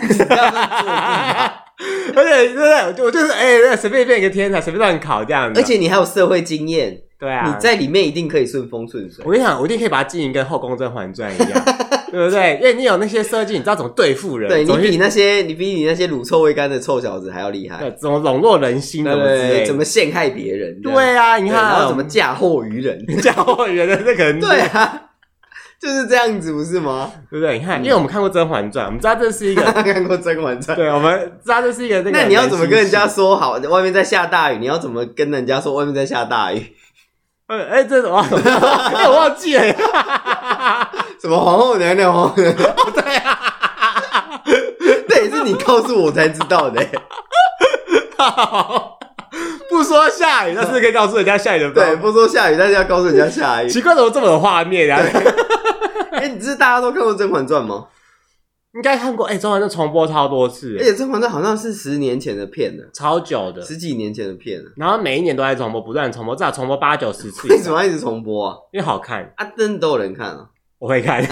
B: 你这样乱做啊
A: (laughs) 而且，对对，我就我就是哎，那随、便变一个天才，随便乱考这样子。
B: 而，且你还有社会经验，
A: 嗯对啊，
B: 你在里面一定可以顺风顺水
A: 我。跟你讲，我一定可以把它经营跟《后宫甄嬛传》一
B: (laughs)
A: 样，对不对？因为你有那些设计，你知道怎么对付人，
B: 对
A: 怎
B: 你
A: 么去
B: 比那些你比你那些乳臭未干的臭小子还要厉害
A: 对，呃怎么笼络人心，
B: 对
A: 怎么之
B: 对
A: 类
B: 对，
A: 的
B: 怎么陷害别人？这样
A: 对啊，你
B: 对
A: 看
B: 然
A: 啊
B: 后怎么嫁祸于人？ (laughs)
A: 教我觉得这可能
B: 对啊， (laughs) 就是这样子，不是吗？ (laughs)
A: 对不对？你看，因为我们看过《甄嬛传》，我们知道这是一个，
B: 看过《甄嬛传》。
A: 对，我们知道这是一个那个。
B: 那你要怎么跟人家？说好？外面在下大雨，你要怎么跟人家说外面在下大雨？
A: 呃，哎，这
B: (laughs)
A: 怎么？哎，我忘记了。
B: 什么皇后娘娘、皇后娘娘？ (laughs) 对啊，那也是你告诉我才知道的。欸
A: 不说下雨，但是可以告诉人家下雨的
B: 对，
A: 方法。
B: 不说下雨，但是要告诉人家下雨。
A: 奇怪，怎么这么有画面啊？
B: 哎、你是大家都看过《甄嬛传》吗？
A: 应该看过，哎，《甄嬛传》重播超多
B: 而
A: 次，
B: 且《哎甄嬛传》好像是十年前的片了，
A: 超久的。
B: 十几年前的片了。
A: 然后每一年都在重播，不断重播，至少重播八九十次。
B: (laughs) 为什？么要一直重播啊？
A: 因为好看，
B: 啊，真的都有人看啊！
A: 我会看。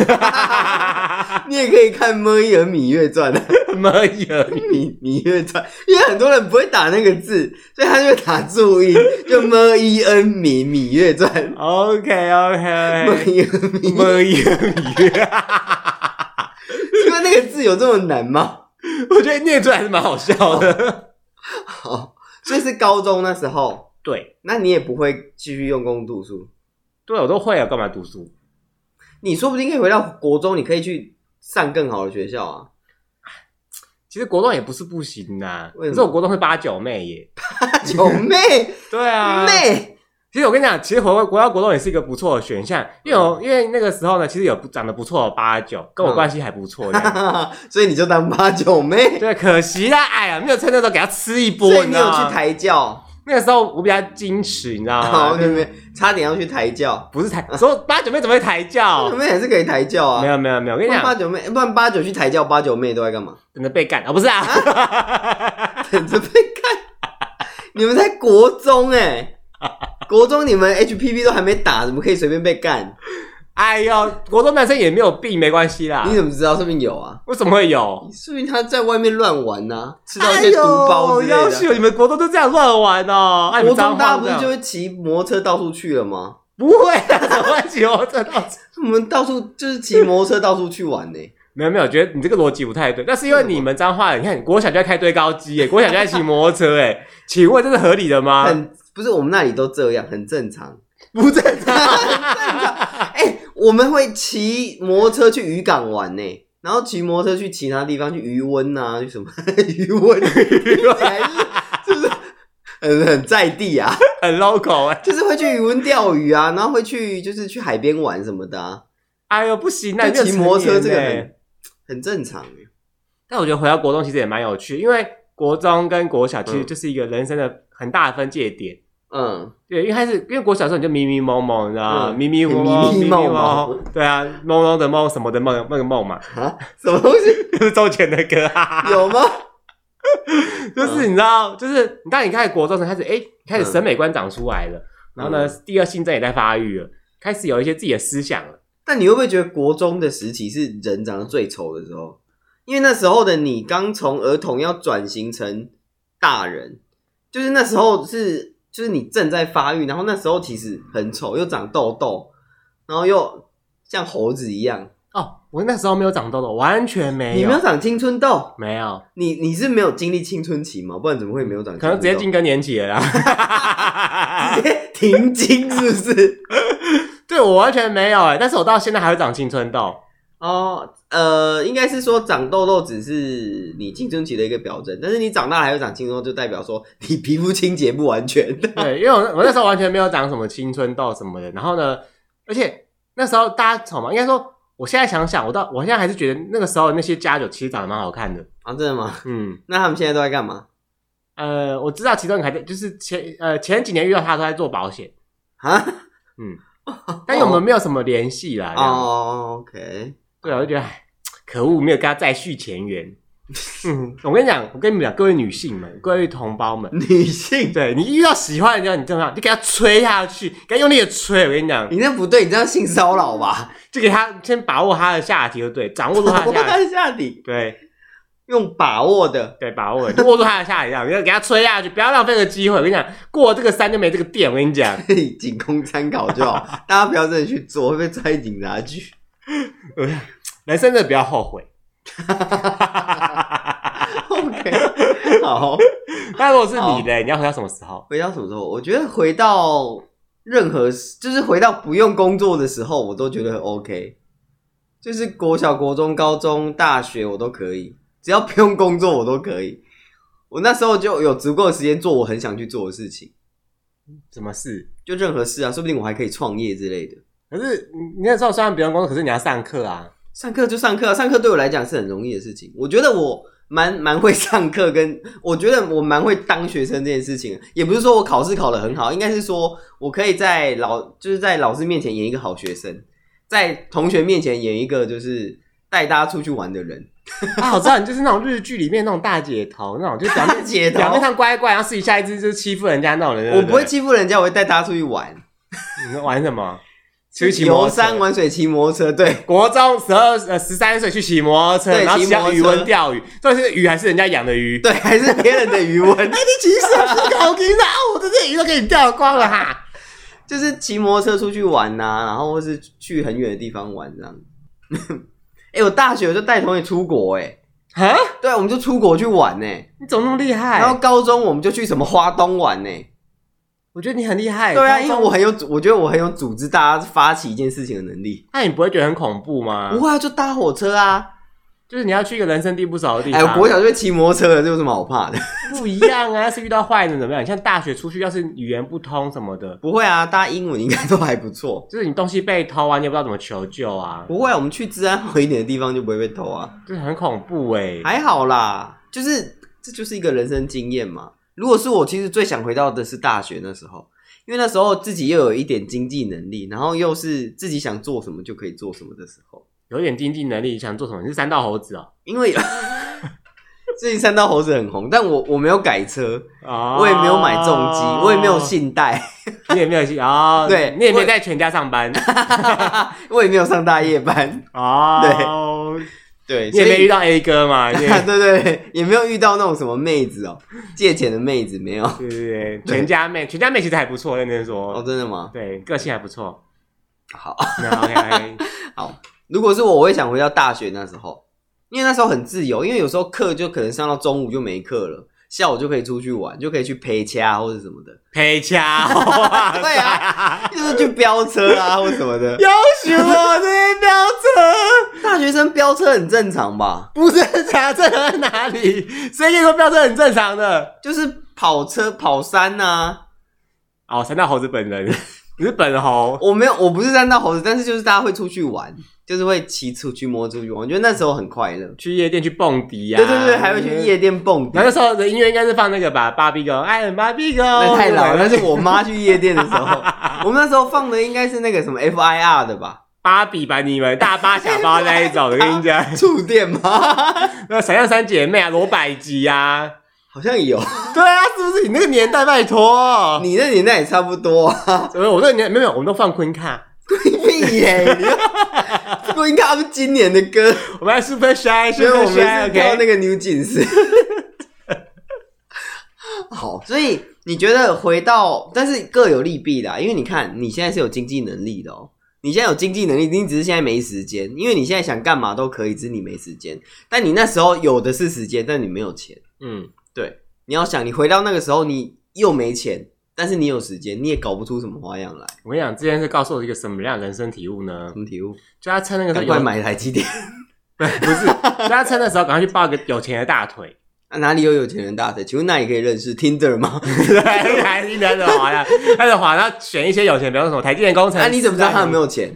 A: (laughs)
B: 你也可以看《摸一人芈月传》啊，
A: 没有，
B: (laughs) 《芈芈月传》，因为很多人不会打那个字，所以他就会打注音，就《摸一恩芈芈月传》
A: OK
B: 摸
A: OK，
B: 一恩芈，
A: 没有，
B: 因为那个字有这么难吗？
A: (laughs) 我觉得念出来还是蛮好笑的。
B: 好，所以是高中那时候，
A: 对
B: 那你也不会继续用功读书，
A: 对，我都会啊了，干嘛读书？
B: 你说不定可以回到国中，你可以去上更好的学校啊。 (laughs)
A: 其实国中也不是不行呐、
B: 为什么
A: 可是我国中是八九妹耶。
B: 九妹
A: 对啊，
B: 妹， (laughs)
A: 其实我跟你讲，其实回国到国中也是一个不错的选项，因为我因为那个时候呢，其实有不长得不错的八九，跟我
B: 嗯
A: 关系还不错这样。 (laughs)
B: 所以你就当八九妹。
A: 对，可惜啦，哎呀，没有趁那时候给他吃一波，
B: 所以
A: 你
B: 你
A: 知
B: 有
A: 道吗
B: 去抬轿，
A: 那个时候我比较矜持，哦你知道
B: 好，
A: 吗？
B: 你们差点要去抬轿，
A: 不是抬，说八九妹怎么会抬
B: 八
A: 轿 (laughs)
B: 九？妹还是可以抬轿
A: 没
B: 啊。
A: 有没有没有，我跟
B: 不
A: 你
B: 然
A: 讲
B: 八，九妹，不然八九去抬轿，八九妹都在干嘛？ (laughs)
A: 等着被干啊，不是啊， (laughs)
B: 等着被看。你们在国中哎、
A: (laughs)
B: 国中你们 HPV 都还没打，怎么可以随便被干？
A: 哎呦，国中男生也没有病，没关系啦
B: 你。怎么知道？说明有啊，
A: 为什么会有？
B: 说明他在外面乱玩呐、吃到一
A: 哎
B: 些
A: 呦，
B: 毒包之类
A: 要
B: 的。
A: 求你们国中就这样乱玩哦！哎，你
B: 国
A: 们脏
B: 中
A: 话
B: 大家不
A: 这
B: 是
A: 样
B: 就会骑摩托车到处去了吗？
A: 不会啊，怎么会骑摩托车到处？
B: 我们到处就是骑摩托车到处去玩呢、
A: 没有没有，我觉得你这个逻辑不太对。那是因为你们脏话，你看国小就在开堆高机耶，国小就在骑摩托车哎，请问这是合理的吗？
B: 很不是我们那里都这样，很正常。 (laughs)
A: 不正常。
B: 哎、我们会骑摩托车去渔港玩呢、然后骑摩托车去其他地方，去渔温啊，去什么 (laughs) 渔温，听起来就是就是很很在地啊，
A: (laughs)
B: (laughs)
A: 很 local 哎、
B: 就是会去渔温钓鱼啊，然后会去就是去海边玩什么的啊，
A: 哎呦不行，那
B: 就骑摩托车这个
A: 人。欸
B: 很很正常欸
A: 但我觉得回到国中其实也蛮有趣，因为国中跟国小其实就是一个人生的很大的分界点。
B: 嗯，
A: 对，因为开始因为国小的时候你就迷迷蒙蒙，你知道吗？
B: 嗯
A: 迷迷蒙蒙，
B: 迷迷蒙蒙
A: 蒙，对啊，朦胧的梦什么的梦，那个梦嘛，
B: 啊，什么东
A: (laughs)
B: 西
A: 就是周杰伦的歌，哈哈哈
B: 有吗？
A: 就是你知道，就是你当你开始国中时开始，哎，开始
B: 嗯
A: 审美观长出来了，然后呢，第二性征也在发育了，开始有一些自己的思想了。
B: 但你会不会觉得国中的时期是人长得最丑的时候？因为那时候的你刚从儿童要转型成大人，就是那时候是就是你正在发育，然后那时候其实很丑，又长痘痘，然后又像猴子一样。
A: 哦，我那时候没有长痘痘，完全没
B: 你
A: 有，
B: 没有长青春痘，
A: 没有，
B: 你你是没有经历青春期吗？不然怎么会没有长青
A: 可
B: 春
A: 能
B: 痘？
A: 直
B: (laughs)
A: 接进啊更年期了啦。 (laughs)
B: 直接停经是不是？
A: 对我完全没有哎，但是我到现在还会长青春痘。
B: 哦，呃，应该是说长痘痘只是你青春期的一个表征，但是你长大还会长青春痘，就代表说你皮肤清洁不完全。 (laughs)
A: (laughs) 对，因为我那我那时候完全没有长什么青春痘什么的，然后呢，而且那时候大家丑嘛，应该说我现在想想，我到我现在还是觉得那个时候那些家酒其实长得蛮好看的。
B: 啊，真的吗？
A: 嗯，
B: 那他们现在都在干嘛？
A: 呃，我知道其中一个还在，就是前呃前几年遇到他都在做保险，
B: 啊？
A: 但是我们没有什么联系啦。哦，
B: 哦，OK，
A: 对啊，我就觉得唉可恶，没有跟他再续前缘。 (laughs) 嗯，我跟你讲，我跟你们讲，各位女性们，各位同胞们，
B: 女性，
A: 对你遇到喜欢的人，你正常，你给他吹下去，给他用力的吹。我跟你讲，
B: 你那不对，你这样性骚扰吧？
A: 就给他先把握他的下体，就对，掌握住他
B: 我
A: 的下体。
B: 看下你
A: 对
B: 用把握的，
A: 对，把握握住他的下一样，你要给他吹下去，不要浪费这个机会。我跟你讲，过了这个山就没这个店。我跟你
B: (laughs)
A: 讲，
B: 仅供参考就好， (laughs) 大家不要真的去做，会被抓进警察局。
A: 人生真的不要后悔。
B: (laughs) OK，好，
A: 那如果是你的，你要回到什么时候？
B: 回到什么时候？我觉得回到任何时，就是回到不用工作的时候，我都觉得很 OK。就是国小、国中、高中、大学，我都可以，只要不用工作，我都可以。我那时候就有足够的时间做我很想去做的事情，
A: 什么事？
B: 就任何事啊，说不定我还可以创业之类的。
A: 可是你那时候虽然不用工作，可是你要上课啊。
B: 上课就上课啊，上课对我来讲是很容易的事情。我觉得我蛮蛮会上课跟，我觉得我蛮会当学生这件事情。也不是说我考试考得很好，应该是说我可以在老就是在老师面前演一个好学生，在同学面前演一个就是带大家出去玩的人。
A: 啊，我知道你就是那种日剧里面那种大姐头，那种就表
B: 大
A: 面
B: 姐头
A: 表面上乖乖，然后私底下一直就是欺负人家那种
B: (laughs)
A: 人。
B: 我不会
A: 对
B: 欺负人家，我会带大家出去玩，
A: 对你玩什么？出去骑摩
B: 游
A: 托车
B: 山玩水、骑摩托车。对，
A: 国中十二呃十三岁去骑摩托车，
B: 对
A: 然后
B: 骑
A: 骑到
B: 摩托
A: 渔
B: 车
A: 文钓鱼， (laughs) 这是鱼还是人家养的鱼？
B: 对，还是别人的余 (laughs) 温。
A: 哎，你骑什么搞给啊？我的这鱼都给你掉光
B: (laughs)
A: 了哈！
B: 就是骑摩托车出去玩呐、然后或是去很远的地方玩这样。 (laughs) 哎、我大学我就带同学出国、欸，
A: 啊，
B: 哎，对啊，我们就出国去玩呢、
A: 你怎么那么厉
B: 然后
A: 害？
B: 高中我们就去什么花东玩呢、
A: 我觉得你很厉害。
B: 对啊，
A: 哎高
B: 因
A: 中
B: 为我很有组，我觉得我很有组织大家发起一件事情的能力。
A: 那你不会觉得很恐怖吗
B: 不？会啊，就搭火车啊！
A: 就是你要去一个人生地不熟的地
B: 哎、
A: 方，
B: 我国小就会骑摩托车了，这有什么好怕的？ (laughs)
A: 不一样啊。要是遇到坏人怎么样？你像大学出去，要是语言不通什么的，
B: 不会啊，大家英文应该都还不错。
A: 就是你东西被偷啊，你也不知道怎么求救啊，
B: 不会、啊，我们去治安好一点的地方就不会被偷啊。
A: 就是很恐怖哎。
B: 还好啦，就是这就是一个人生经验嘛。如果是我，其实最想回到的是大学那时候，因为那时候自己又有一点经济能力，然后又是自己想做什么就可以做什么的时候。
A: 有点经济能力，你想做什么？你是三道猴子哦。
B: 因为最近三道猴子很红，但我我没有改车，
A: 哦
B: 我也没有买重机，我也没有，信贷， (laughs)
A: 你也没有信哦，
B: 对
A: 你也没
B: 我
A: 有在全家上班
B: 我也没有上大夜班，
A: 哦，对。
B: 对，
A: 你也没遇
B: 到。
A: 到 A 哥嘛？你也
B: (laughs) 对对对，也没有遇到那种什么妹子哦，借钱的妹子没有
A: 对对对，全家妹，全家妹其实还不错，认真
B: 哦，
A: 说，
B: 真的吗？
A: 对，个性还不错。
B: 好，
A: 那 (laughs) OK，
B: 如果是我，我会想回到大学那时候，因为那时候很自由，因为有时候课就可能上到中午就没课了，下午就可以出去玩，就可以去陪掐或者什么的，
A: 陪掐，
B: 对啊，就是去飙车啊或什么的。
A: (laughs) 要求我这些飙车，
B: 大学生飙车很正常吧？
A: 不正常，这在哪里？谁跟你说飙车很正常的？
B: 就是跑车跑山啊，
A: 哦，三大猴子本人， (laughs) 你是本猴，
B: 我没有，我不是山道猴子，但是就是大家会出去玩，就是会骑出去摸出去玩，我觉得那时候很快乐。
A: 去夜店去蹦迪呀？
B: 对对对，还会去夜。店蹦迪
A: (laughs) 然。后那时候的音乐应该是放那个吧，芭比 girl，哎，芭比 girl，
B: 那太老了，那是我妈去夜店的时候，我们那时候放的应该是那个什么 FIR 的吧？
A: 芭比吧，你们大巴小巴那一种，我跟你 (laughs) 讲，
B: 触电吗？
A: 那闪亮三姐妹啊，罗百吉啊，
B: 好像有，
A: 对啊，是不是你那个年代？拜托，
B: 你那年代也差不多、 (laughs) 啊。
A: 呃，我那个年代没有，我们都放昆卡，
B: 屁耶！你不应该不是今年的歌，
A: 我们还 Super Shy
B: 所以
A: Super
B: 我们是
A: Shy
B: 跳那
A: OK。
B: 个 New Jeans。好，所以你觉得回到，但是各有利弊啊啦，因为你看你现在是有经济能力的哦。你现在有经济能力，你只是现在没时间，因为你现在想干嘛都可以，只是你没时间。但你那时候有的是时间，但你没有钱。
A: 嗯，
B: 对，你要想，你回到那个时候，你又没钱，但是你有时间，你也搞不出什么花样来。
A: 我跟你讲，这件事告诉我一个什么样的人生体悟呢
B: 什？么体悟？
A: 就他趁那个时
B: 赶
A: 候
B: 快
A: 有，
B: 买台积电。 (laughs)
A: (laughs) 不是，就他趁那时候赶快去抱一个有钱的大 (laughs) 腿，
B: 啊、哪里有有钱人大腿？请问那里可以认识 Tinder
A: (laughs)
B: 吗？
A: 对，还是开始滑呀，开始滑，然后选一些有钱，比如说什么台积电工程
B: 那、
A: 师啊，
B: 你怎么知道他有没
A: 有？
B: 有
A: (laughs)
B: 钱？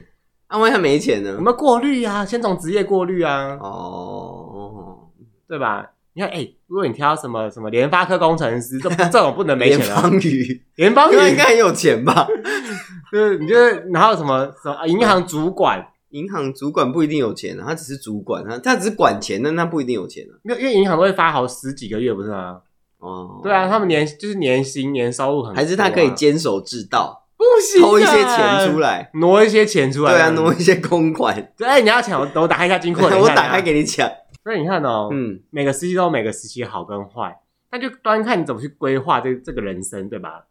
B: 啊，万一他没钱呢
A: 我？们过滤啊，先从职业过滤啊，
B: 哦，
A: 对吧？你看，哎、如果你挑什么什么联发科工程师，这这种不能 (laughs) 没
B: 连
A: 钱啊了。
B: 方宇，啊
A: 联邦
B: 他应
A: 你
B: 该很有钱吧？ (laughs)
A: 就是你就是，然后什么什么啊银行主管，
B: 银行主管不一定有钱啊，他只是主管，他他只是管钱，但他不一定有钱啊。
A: 没有，因为银行都会发好十几个月，不是吗？
B: 哦，
A: 对啊，他们年就是年薪年收入很、啊
B: 还是他可以，坚守至道，
A: 不行、啊
B: 偷一些钱出，来，
A: 挪一些钱出来，
B: 对啊，挪。一些公款。
A: 对，哎、你要抢，我等我打开一下金库，
B: (laughs) 我
A: 等一下啊
B: 打开。给你讲，
A: 所以你看哦，
B: 嗯，
A: 每个时期都有每个时期好跟坏，那就端看你怎么去规划这这个人生，对吧？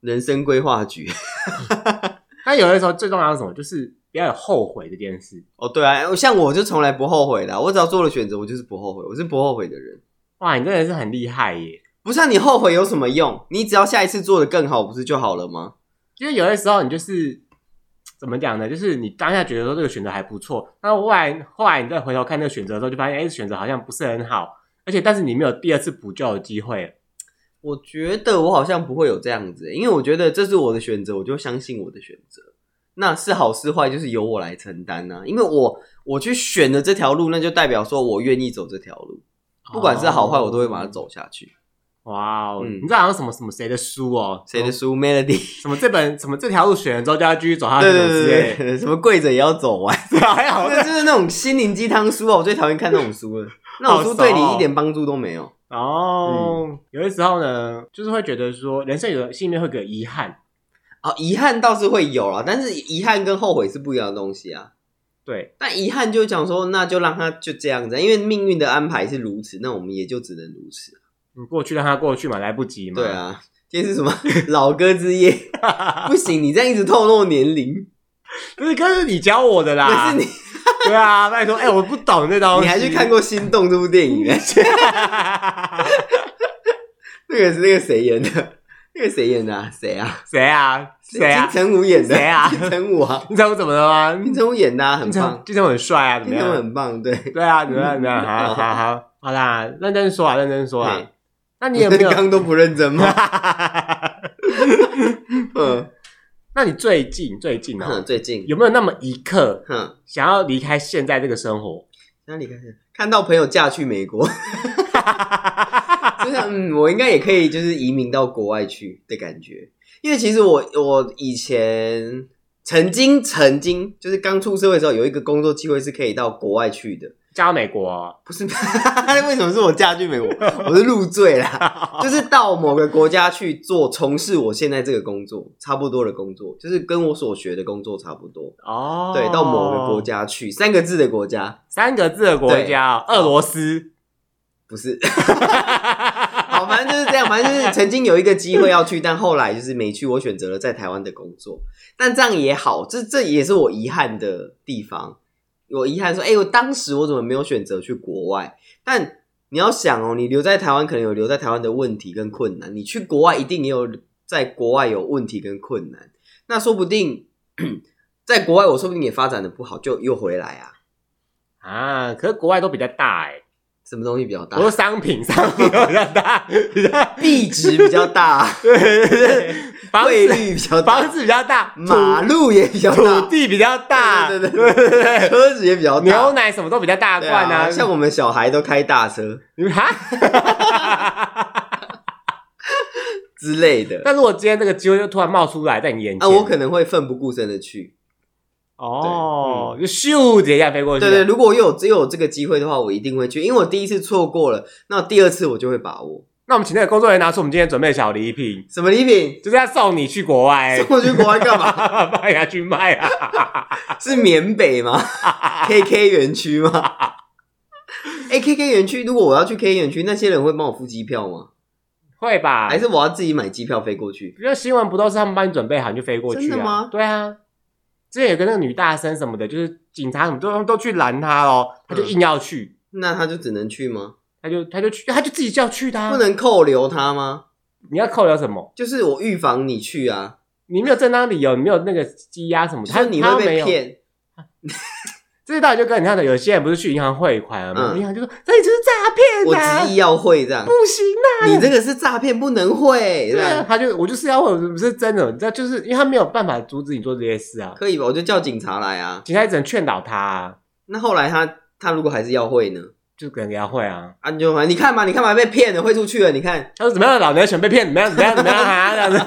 B: 人生规划局。 (laughs)
A: 那有的时候最重要的是什么，就是不要有后悔这件事。
B: 哦，对啊，像我就从来不后悔的啊，我只要做了选择，我就是不后悔，我是不后悔的人。
A: 哇，你真的是很厉害耶！
B: 不是、啊、你后悔有什么用？你只要下一次做的更好，不是就好了吗？
A: 因为有的时候你就是怎么讲呢？就是你当下觉得说这个选择还不错，那后来后来你再回头看那个选择的时候，就发现哎，选择好像不是很好，而且但是你没有第二次补救的机会了。
B: 我觉得我好像不会有这样子欸，因为我觉得这是我的选择，我就相信我的选择。那是好是坏，就是由我来承担呐、因为我我去选的这条路，那就代表说我愿意走这条路，
A: 哦
B: 不管是好坏，我都会把它走下去。
A: 哇哦，
B: 嗯
A: 你知道好像什么什么谁的书哦，
B: 谁的书？Melody，
A: 什么这本什么这条路选了之后就要继续走下去
B: 对
A: 啊什
B: (laughs) 对
A: 么之
B: 对
A: 类
B: 对，什么跪着也要走完，
A: 的， (laughs) 还好
B: 那就是那种心灵鸡汤书啊，我最讨厌看那种书
A: (laughs)
B: 了。那种书对你一点帮助都没有。
A: 哦。
B: 嗯
A: 有的时候呢，就是会觉得说人生有的心里面会有个遗憾，
B: 啊，遗憾倒是会有啦，但是遗憾跟后悔是不一样的东西啊。
A: 对，
B: 但遗憾就讲说，那就让他就这样子，啊因为命运的安排是如此，那我们也就只能如此。
A: 你过去让它过去嘛，来不及嘛。
B: 对，啊，今天是什
A: (laughs)
B: 么老歌之夜？不行，你这样一直透露年龄，
A: 不是，可是你教我的啦，
B: 可是你
A: 对啊，拜
B: (laughs)
A: 托，哎、我不懂这啊东西。
B: 你还去看？过《心动》这部电影呢？ (laughs) 那个是那个谁演的？那个谁演的、啊？谁啊？
A: (laughs) 谁啊？谁啊
B: 金？城武演的。
A: 谁啊
B: (laughs) 金城武啊，
A: 金城武怎么了吗？
B: 金城武演的、啊、很
A: 金城
B: 棒，
A: 金城武很帅啊，怎
B: 金
A: 么
B: 城武
A: 样？
B: 很棒，对。
A: 对啊，怎么样？怎么样？好好好，好啦，认真说啊，认真说啊
B: 嘿。
A: 那
B: (laughs)
A: 你
B: 你
A: 有没有
B: 刚？刚都不认真吗？ (laughs) 嗯，
A: (laughs) 那你最近最近
B: 哼
A: 哦，
B: 嗯最近，嗯
A: 有没有那么一刻
B: 哼，
A: 想要离开现在这个生活？
B: 哪里开始？看到朋友嫁去美 (laughs) 国，就想嗯，我应该也可以，就是移民到国外去的感觉。因为其实我我以前曾经曾经就是刚出社会的时候，有一个工作机会是可以到国外去的。
A: 嫁到美国，哦
B: 不是， (laughs) 为什么是我嫁去美国？我是入赘啦，就是到某个国家去做从事我现在这个工作差不多的工作，就是跟我所学的工作差不多。
A: 哦，
B: 对，到某个国家去，三个字的国家，
A: 三个字的国家哦，俄罗斯。
B: 不是。 (laughs) 好，反正就是这样，反正就是曾经有一个机会要去，但后来就是没去。我选择了在台湾的工作，但这样也好，这这也是我遗憾的地方。我遗憾说，哎、我当时我怎么没有选择去国外？但你要想哦，你留在台湾可能有留在台湾的问题跟困难，你去国外一定也有在国外有问题跟困难。那说不定在国外，我说不定也发展的不好，就又回来啊。
A: 啊，可是国外都比较大哎、
B: 什么东西比较
A: 我
B: 大？
A: 说商品，商品都比较大，比较
B: 币值比较大，啊
A: 对，房
B: 汇
A: 子
B: 率比较大
A: 房，子比较大，
B: 马
A: 土
B: 路也比较大，
A: 土地比较大，
B: 对对对
A: 对对
B: (laughs)
A: 对
B: 车子也比较大，
A: 牛奶什么都比较大
B: 对
A: 罐
B: 啊，像
A: 像
B: 我们小孩都开大车
A: 你们哈。
B: 之类的。
A: 但如果今天这个机会就突然冒出来在你眼
B: 啊，
A: 前，
B: 我可能会奋不顾身的去。
A: 哦，就咻直接这样飞过去，
B: 对对，如果我有只有这个机会的话，我一定会去，因为我第一次错过了，那第二次我就会把握。
A: 那我们请那个工作人员拿出我们今天准备的小礼品，
B: 什么礼品？
A: 就是要送你去国外，
B: 送我去国外干
A: (laughs)
B: 嘛？
A: 卖下去卖啊！
B: 是缅北
A: (laughs)
B: 吗？KK 园区吗？哎、k k 园区，如果我要去 KK 园区，那些人会帮我付机票吗？
A: 会吧？
B: 还是我要自己买机票飞过去？
A: 那新闻不都是他们帮你准备好你就飞过去啊？
B: 真的吗
A: 对啊，之前有个那个女大生什么的，就是警察什么都都去拦她
B: 嗯
A: 咯，她就硬要去，
B: 那他就只能去吗？
A: 她就她就去，她就自己叫去的、啊。
B: 不，能扣留他吗？
A: 你要扣留什么？
B: 就是我预防你去啊，
A: 你没有正当理由，你没有那个积压什么，
B: 就
A: 她
B: 是你
A: 她
B: 会
A: 没
B: 被
A: 有。
B: 骗。
A: 这道理就跟你看的，有些人不是去银行汇款了吗？
B: 嗯
A: 银行就说这就是诈
B: 我
A: 骗啊
B: 执，意要会这样，
A: 不行啊。
B: 你这个是诈骗，不能会，这
A: 对啊
B: 样，
A: 他就我就是要问，我不是真的，你知道，就是因为他没有办法阻止你做这些事啊，
B: 可以吧？我就叫警察来啊。
A: 警察只能劝导他、啊，
B: 那后来他他如果还是要会呢？
A: 就可能给他会啊。
B: 啊，你就你看嘛，你看嘛，被骗了，会出去了，你看， (laughs)
A: 他说怎么样，老娘全被骗，怎么样，怎么样，怎么样啊，这样子。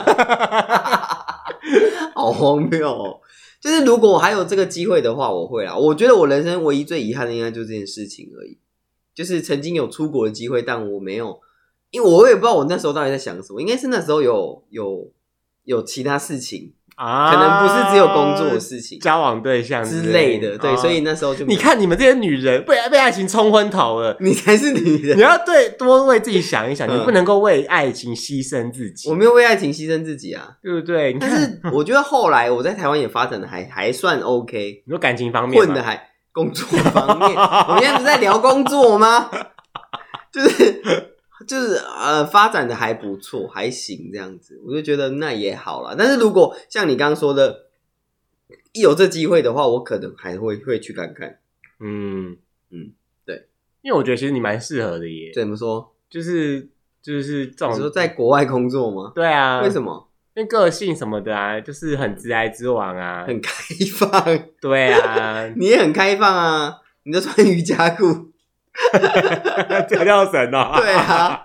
B: 好荒谬哦。就是如果我还有这个机会的话，我会啦。我觉得我人生唯一最遗憾的应该就是这件事情而已，就是曾经有出国的机会，但我没有，因为我也不知道我那时候到底在想什么，应该是那时候有有有其他事情，
A: 啊，
B: 可能不是只有工作的事情
A: 交往对象
B: 之类的，对，
A: 啊
B: 所以那时候就没
A: 你看你们这些女人被被爱情冲昏头了，
B: 你才是女人
A: 你，要对多为自己想一想，
B: 嗯
A: 你不能够为爱情牺牲自己
B: (laughs) 我，没有为爱情牺牲自己啊。
A: 对不对？你
B: 但
A: 看，
B: 是我觉得后来我在台湾也发展的还还算 OK，
A: 你说感情方面嘛
B: 混的还工作方
A: (laughs)
B: 面，我们现在不是在聊工作吗？就是就是呃，发展的还不错，还行这样子，我就觉得那也好了。但是如果像你刚刚说的，一有这机会的话，我可能还会会去看看。
A: 嗯
B: 嗯，对，
A: 因为我觉得其实你蛮适合的耶，
B: 怎么说？
A: 就是就是这
B: 你说
A: 种，
B: 在国外工作吗？
A: 对啊，
B: 为什
A: 么？
B: 么
A: 因为个性什么的啊，就是很直来直往啊，
B: 很开放？ (laughs)，
A: 对啊
B: 你也很开放啊，你都穿瑜伽
A: (laughs)
B: 裤。
A: 这个要神哦，
B: 对啊，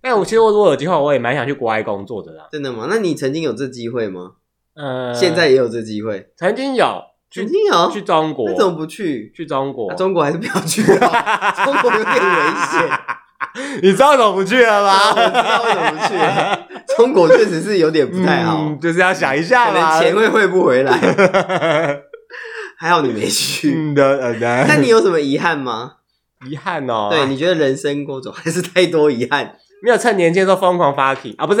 A: 但哎我其实我如果有机会，我也蛮想去国外工作的啦。
B: 真的吗？那你曾经有这机会吗？
A: 呃，
B: 嗯现在也有这机会，
A: 曾经有
B: 曾
A: 去
B: 经有，
A: 去中国
B: 那，怎么不去？
A: 去中国，
B: 啊中国还是不要去啊！
A: (laughs)
B: 中国有点危险。
A: 你知道怎么不去了
B: 啊，我知
A: 吗？
B: 道为什么不去了。中国确实是有点不太好，
A: 嗯，就是要想一
B: 可
A: 下
B: 能
A: 啦。
B: 钱会汇不回来。
A: (laughs) 会，
B: 还好你没去。
A: 嗯的，呃的
B: 那你有什么遗憾
A: (laughs)
B: 吗？
A: 遗憾哦，
B: 对，你觉得人生过总还是太多遗憾？
A: 没有趁年轻的时候疯狂发 k 啊，不是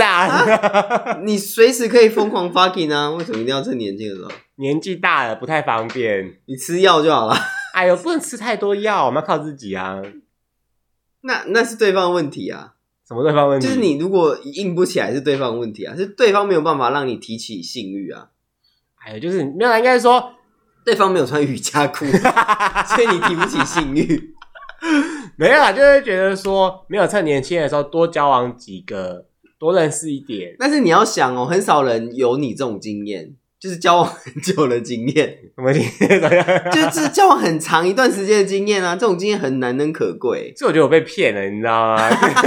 B: (laughs)
A: 啊，
B: 你随时可以疯狂 fucking 啊，为什么一定要趁年轻的时候？
A: (laughs) 年纪大了不太方便。
B: 你吃药就好了。 (laughs)
A: 哎呦，不能吃太多药，我们要靠自己啊。
B: 那那是对方的问题啊。
A: 什么对方问题？
B: 就是你如果硬不起来是对方的问题啊，是对方没有办法让你提起性欲啊，
A: 哎呦，就是没有啦，应该说
B: 对方没有穿瑜伽裤， (laughs) 所以你提不起性欲。
A: 没有啦，就是觉得说没有趁年轻的时候多交往几个，多认识一点。
B: 但是你要想哦，很少人有你这种经验，就是交往很久的经验，
A: 我们今 (laughs) 天怎么样？
B: 就是交往很长一段时间的经验啊，这种经验很难能可贵。
A: 这我觉得我被骗了，你知道吗？
B: (laughs)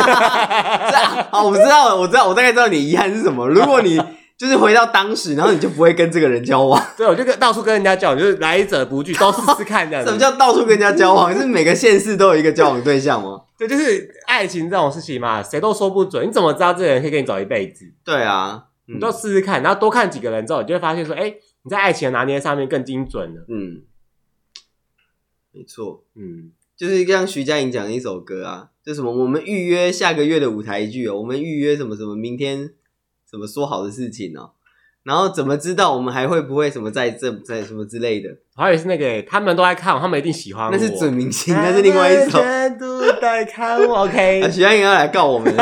B: 是啊，好，我知道了，我知道，我大概知道你遗憾是什么。如果你就是回到当时，然后你就不会跟这个人交往。
A: 对，我就跟到处跟人家讲，就是来者不拒，都试试看这样
B: 什么
A: 子。
B: 叫到处跟人家交往？ (laughs) 是每个县市都有一个交往对象吗？
A: 对，就是爱情这种事情嘛，谁都说不准。你怎么知道这个人可以跟你走一辈子？
B: 对啊，嗯
A: 你都试试看，然后多看几个人之后，你就会发现说，哎，你在爱情的拿捏上面更精准了。
B: 嗯，没错，
A: 嗯，
B: 就是像徐佳莹讲的一首歌啊，就什么我们预约下个月的舞台剧哦，我们预约什么什么明天什么说好的事情哦，然后怎么知道我们还会不会什么在这在什么之类的？
A: 我还以为是那个，他们都在看我，他们一定喜欢我。哎
B: 那是准明星，那是另外
A: (laughs)
B: 一首。啊
A: 全都在看我
B: (laughs)
A: ，OK？
B: 徐佳莹要来告我们，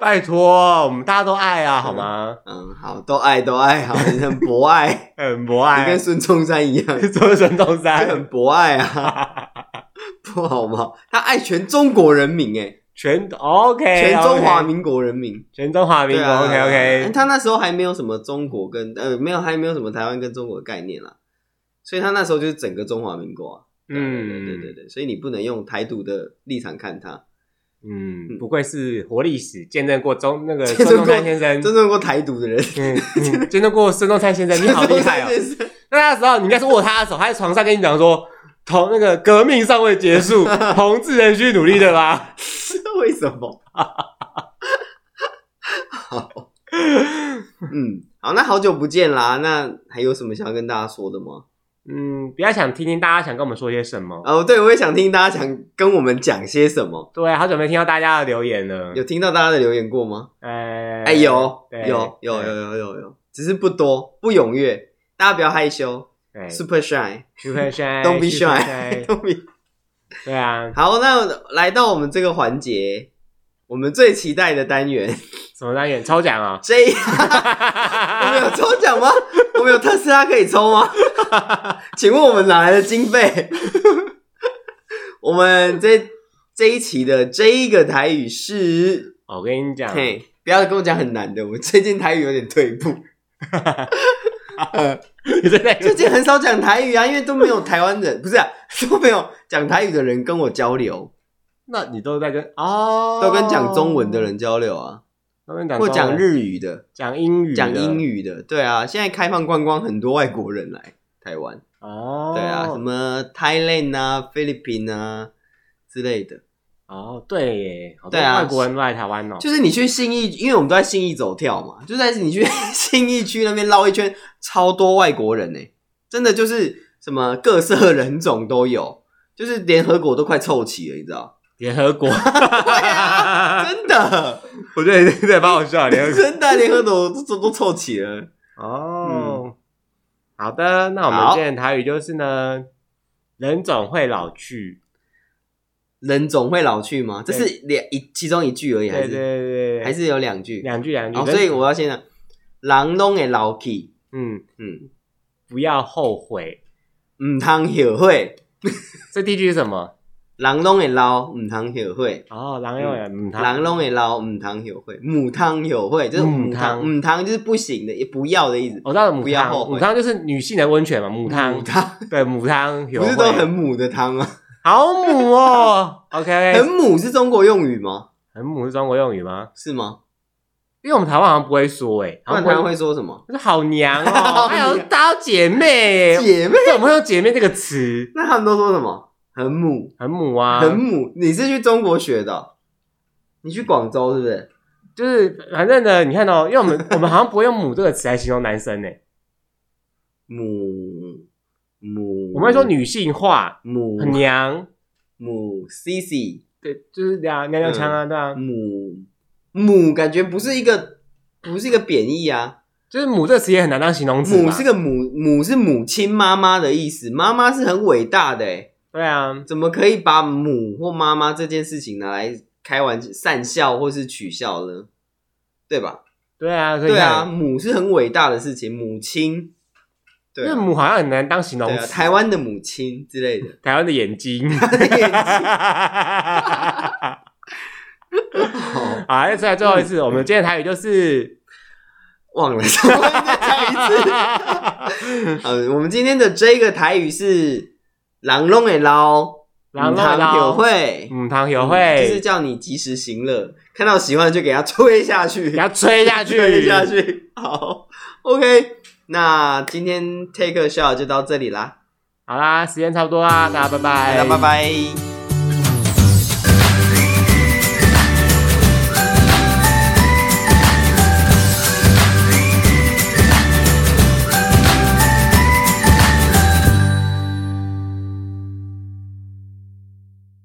A: 拜托，我们大家都爱啊，好吗？
B: 嗯，好，都爱都爱，好，你很博爱，
A: 很
B: 你
A: 博 (laughs) 爱
B: 跟，孙中山一样，
A: 周神中
B: (laughs) 就
A: 山
B: 很博爱啊，
A: (laughs)
B: 不好吗？他爱全中国人民，哎，
A: 全 OK，
B: 全中华
A: OK，
B: 民国人民。
A: 全中华哎民
B: 对
A: 国
B: 啊
A: OK
B: 嗯
A: OK，
B: 他那时候还没有什么中国跟呃没有还没有什么台湾跟中国的概念啦，所以他那时候就是整个中华民国啊。对
A: 嗯
B: 对对对对，所以你不能用台独的立场看他。
A: 嗯，不愧是活历史，见证过中 (laughs) 那个
B: 见证
A: 孙
B: 过
A: 中山先生
B: 真，正过台独的人，
A: 嗯，嗯见证过孙中山
B: (laughs)
A: 先生，你好厉害哦！
B: 真的是
A: 那时候你应该是握他的手，他在床上跟你讲说，同那个革命尚未
B: (laughs)
A: 结束，同志仍需努力的吧？
B: 为什么？ (laughs) 好，嗯，好，那好久不见啦，那还有什么想要跟大家说的吗？
A: 嗯，比较想听听大家想跟我们说些什么。
B: 哦，对，我也想听大家想跟我们讲些什么。
A: 对啊，好久没听到大家的留言了。
B: 有听到大家的留言过吗？
A: 哎
B: 哎、有
A: 对
B: 有有
A: 对
B: 有有有有，只是不多，不踊跃，大家不要害羞
A: 对
B: ，super shy，
A: ，Super
B: Don't be
A: shy，Super
B: shy，都比
A: 对
B: (laughs)
A: 啊，
B: 好，那来到我们这个环节，我们最期待的单元？
A: 什么单元抽奖啊
B: J，我们有抽奖吗？我们有特斯拉可以抽吗？请问我们哪来的经费？我们这这一期的这一个台语是，
A: 哦我跟你讲，
B: 嘿，啊不要跟我讲很难的，我最近台语有点退步， (laughs)
A: 你真的
B: 最近很少讲台语啊，因为都没有台湾人，不是、啊、 (laughs) 都没有讲台语的人跟我交流，
A: 那你都在跟哦，
B: 都跟讲中文的，人交流啊，
A: 都跟讲
B: 或
A: 中文
B: 讲、日语的。
A: 讲英语、啊
B: 讲英语的，对啊，现在开放观光，很多外国人来台湾，
A: 哦，
B: 对啊，什么 Thailand 啊、菲律宾啊之类的。
A: 哦，对耶，好多
B: 对啊
A: 外国人都来台湾哦，
B: 就是你去信义，因为我们都在信义走跳嘛， (laughs) 就在你去信义区那边绕一圈，超多外国人呢、真的就是什么各色人种都有，就是联合国都快凑齐了，你知道？
A: 联合国，啊
B: 啊真
A: (laughs)
B: 的，
A: 我觉得你在把我笑，联合国
B: 真的，联合国都都都凑齐了。
A: 哦。好的，那我们
B: 嗯好
A: 今天的台语就是呢，人总会老去，
B: 人总会老去吗？这是两一其中一句而已，还
A: 对对
B: 是
A: 对对，
B: 还是有两句？
A: 两句两句，
B: 哦，
A: 人
B: 所以我要先讲，人拢会老去，
A: 嗯
B: 嗯，
A: 不要后悔。
B: 唔通后悔，
A: 这第一句是什么？
B: 人拢会老，唔通后悔，
A: 哦，狼又有嗯，
B: 人拢会老，唔通后悔，母汤后悔，就是母汤，母汤就是不行的，也不要的意思。
A: 我知道母
B: 不要
A: 汤，
B: 后悔
A: 母汤就是女性的温泉嘛，母汤
B: 母汤
A: 对母汤有
B: 不是
A: 会
B: 都很母的汤吗？
A: 好母 (laughs) 哦，OK，
B: 很母是中国用语吗？
A: 很母是中国用语吗？
B: 是吗？
A: 因为我们台湾好像不会说哎，
B: 不
A: 好
B: 然
A: 像
B: 他
A: 不
B: 会说什么？
A: 就是 (laughs) 好娘
B: 好娘
A: 哦，还有大姐妹耶，
B: 姐妹？
A: 对，我们用姐妹这个词，
B: 那他们都说什么？很母，
A: 很母啊，
B: 很母。你是去中国学的哦？你去广州是不是？
A: 就是反正呢，你看哦，因为我 (laughs) 们我们好像不会用母这个词来形容男生哎，
B: 母母，
A: 我们会说女性化，
B: 母
A: 很娘，
B: 母 C C。
A: 对，就是娘娘娘腔啊，对啊，
B: 母母感觉不是一个不是一个贬义啊，
A: 就是母这个词也很难当形 (laughs) 容词嘛，
B: 母是个母母是母亲妈妈的意思，妈妈是很伟大的欸，
A: 对啊，
B: 怎么可以把母或妈妈这件事情拿来开玩笑、善笑或是取笑呢？对吧？
A: 对啊，所以你
B: 对啊，
A: 看，
B: 母是很伟大的事情，母亲，对
A: 因为
B: 啊、
A: 母好像很难当形容
B: 对啊，
A: 词，
B: 台湾的母亲之类的，
A: 台湾的眼
B: (laughs)
A: 睛。 (laughs)
B: 哦、
A: 好，那再来最后一次，我们今天的台
B: (laughs)
A: 语就是，
B: 忘了，再
A: (laughs)
B: 讲一次。呃，我们今天的这个台语是“狼龙的捞，
A: 狼龙的捞
B: 糖友会，
A: 嗯，唐友会，
B: 就是叫你及时行乐，看到喜欢的就给它推下去，
A: 给它吹
B: (laughs)
A: 下去，
B: 推下。去。好，OK，那今天 Take a Shot 就到这里啦，
A: 好啦，时间差不多啦，大家拜拜，
B: 大家拜拜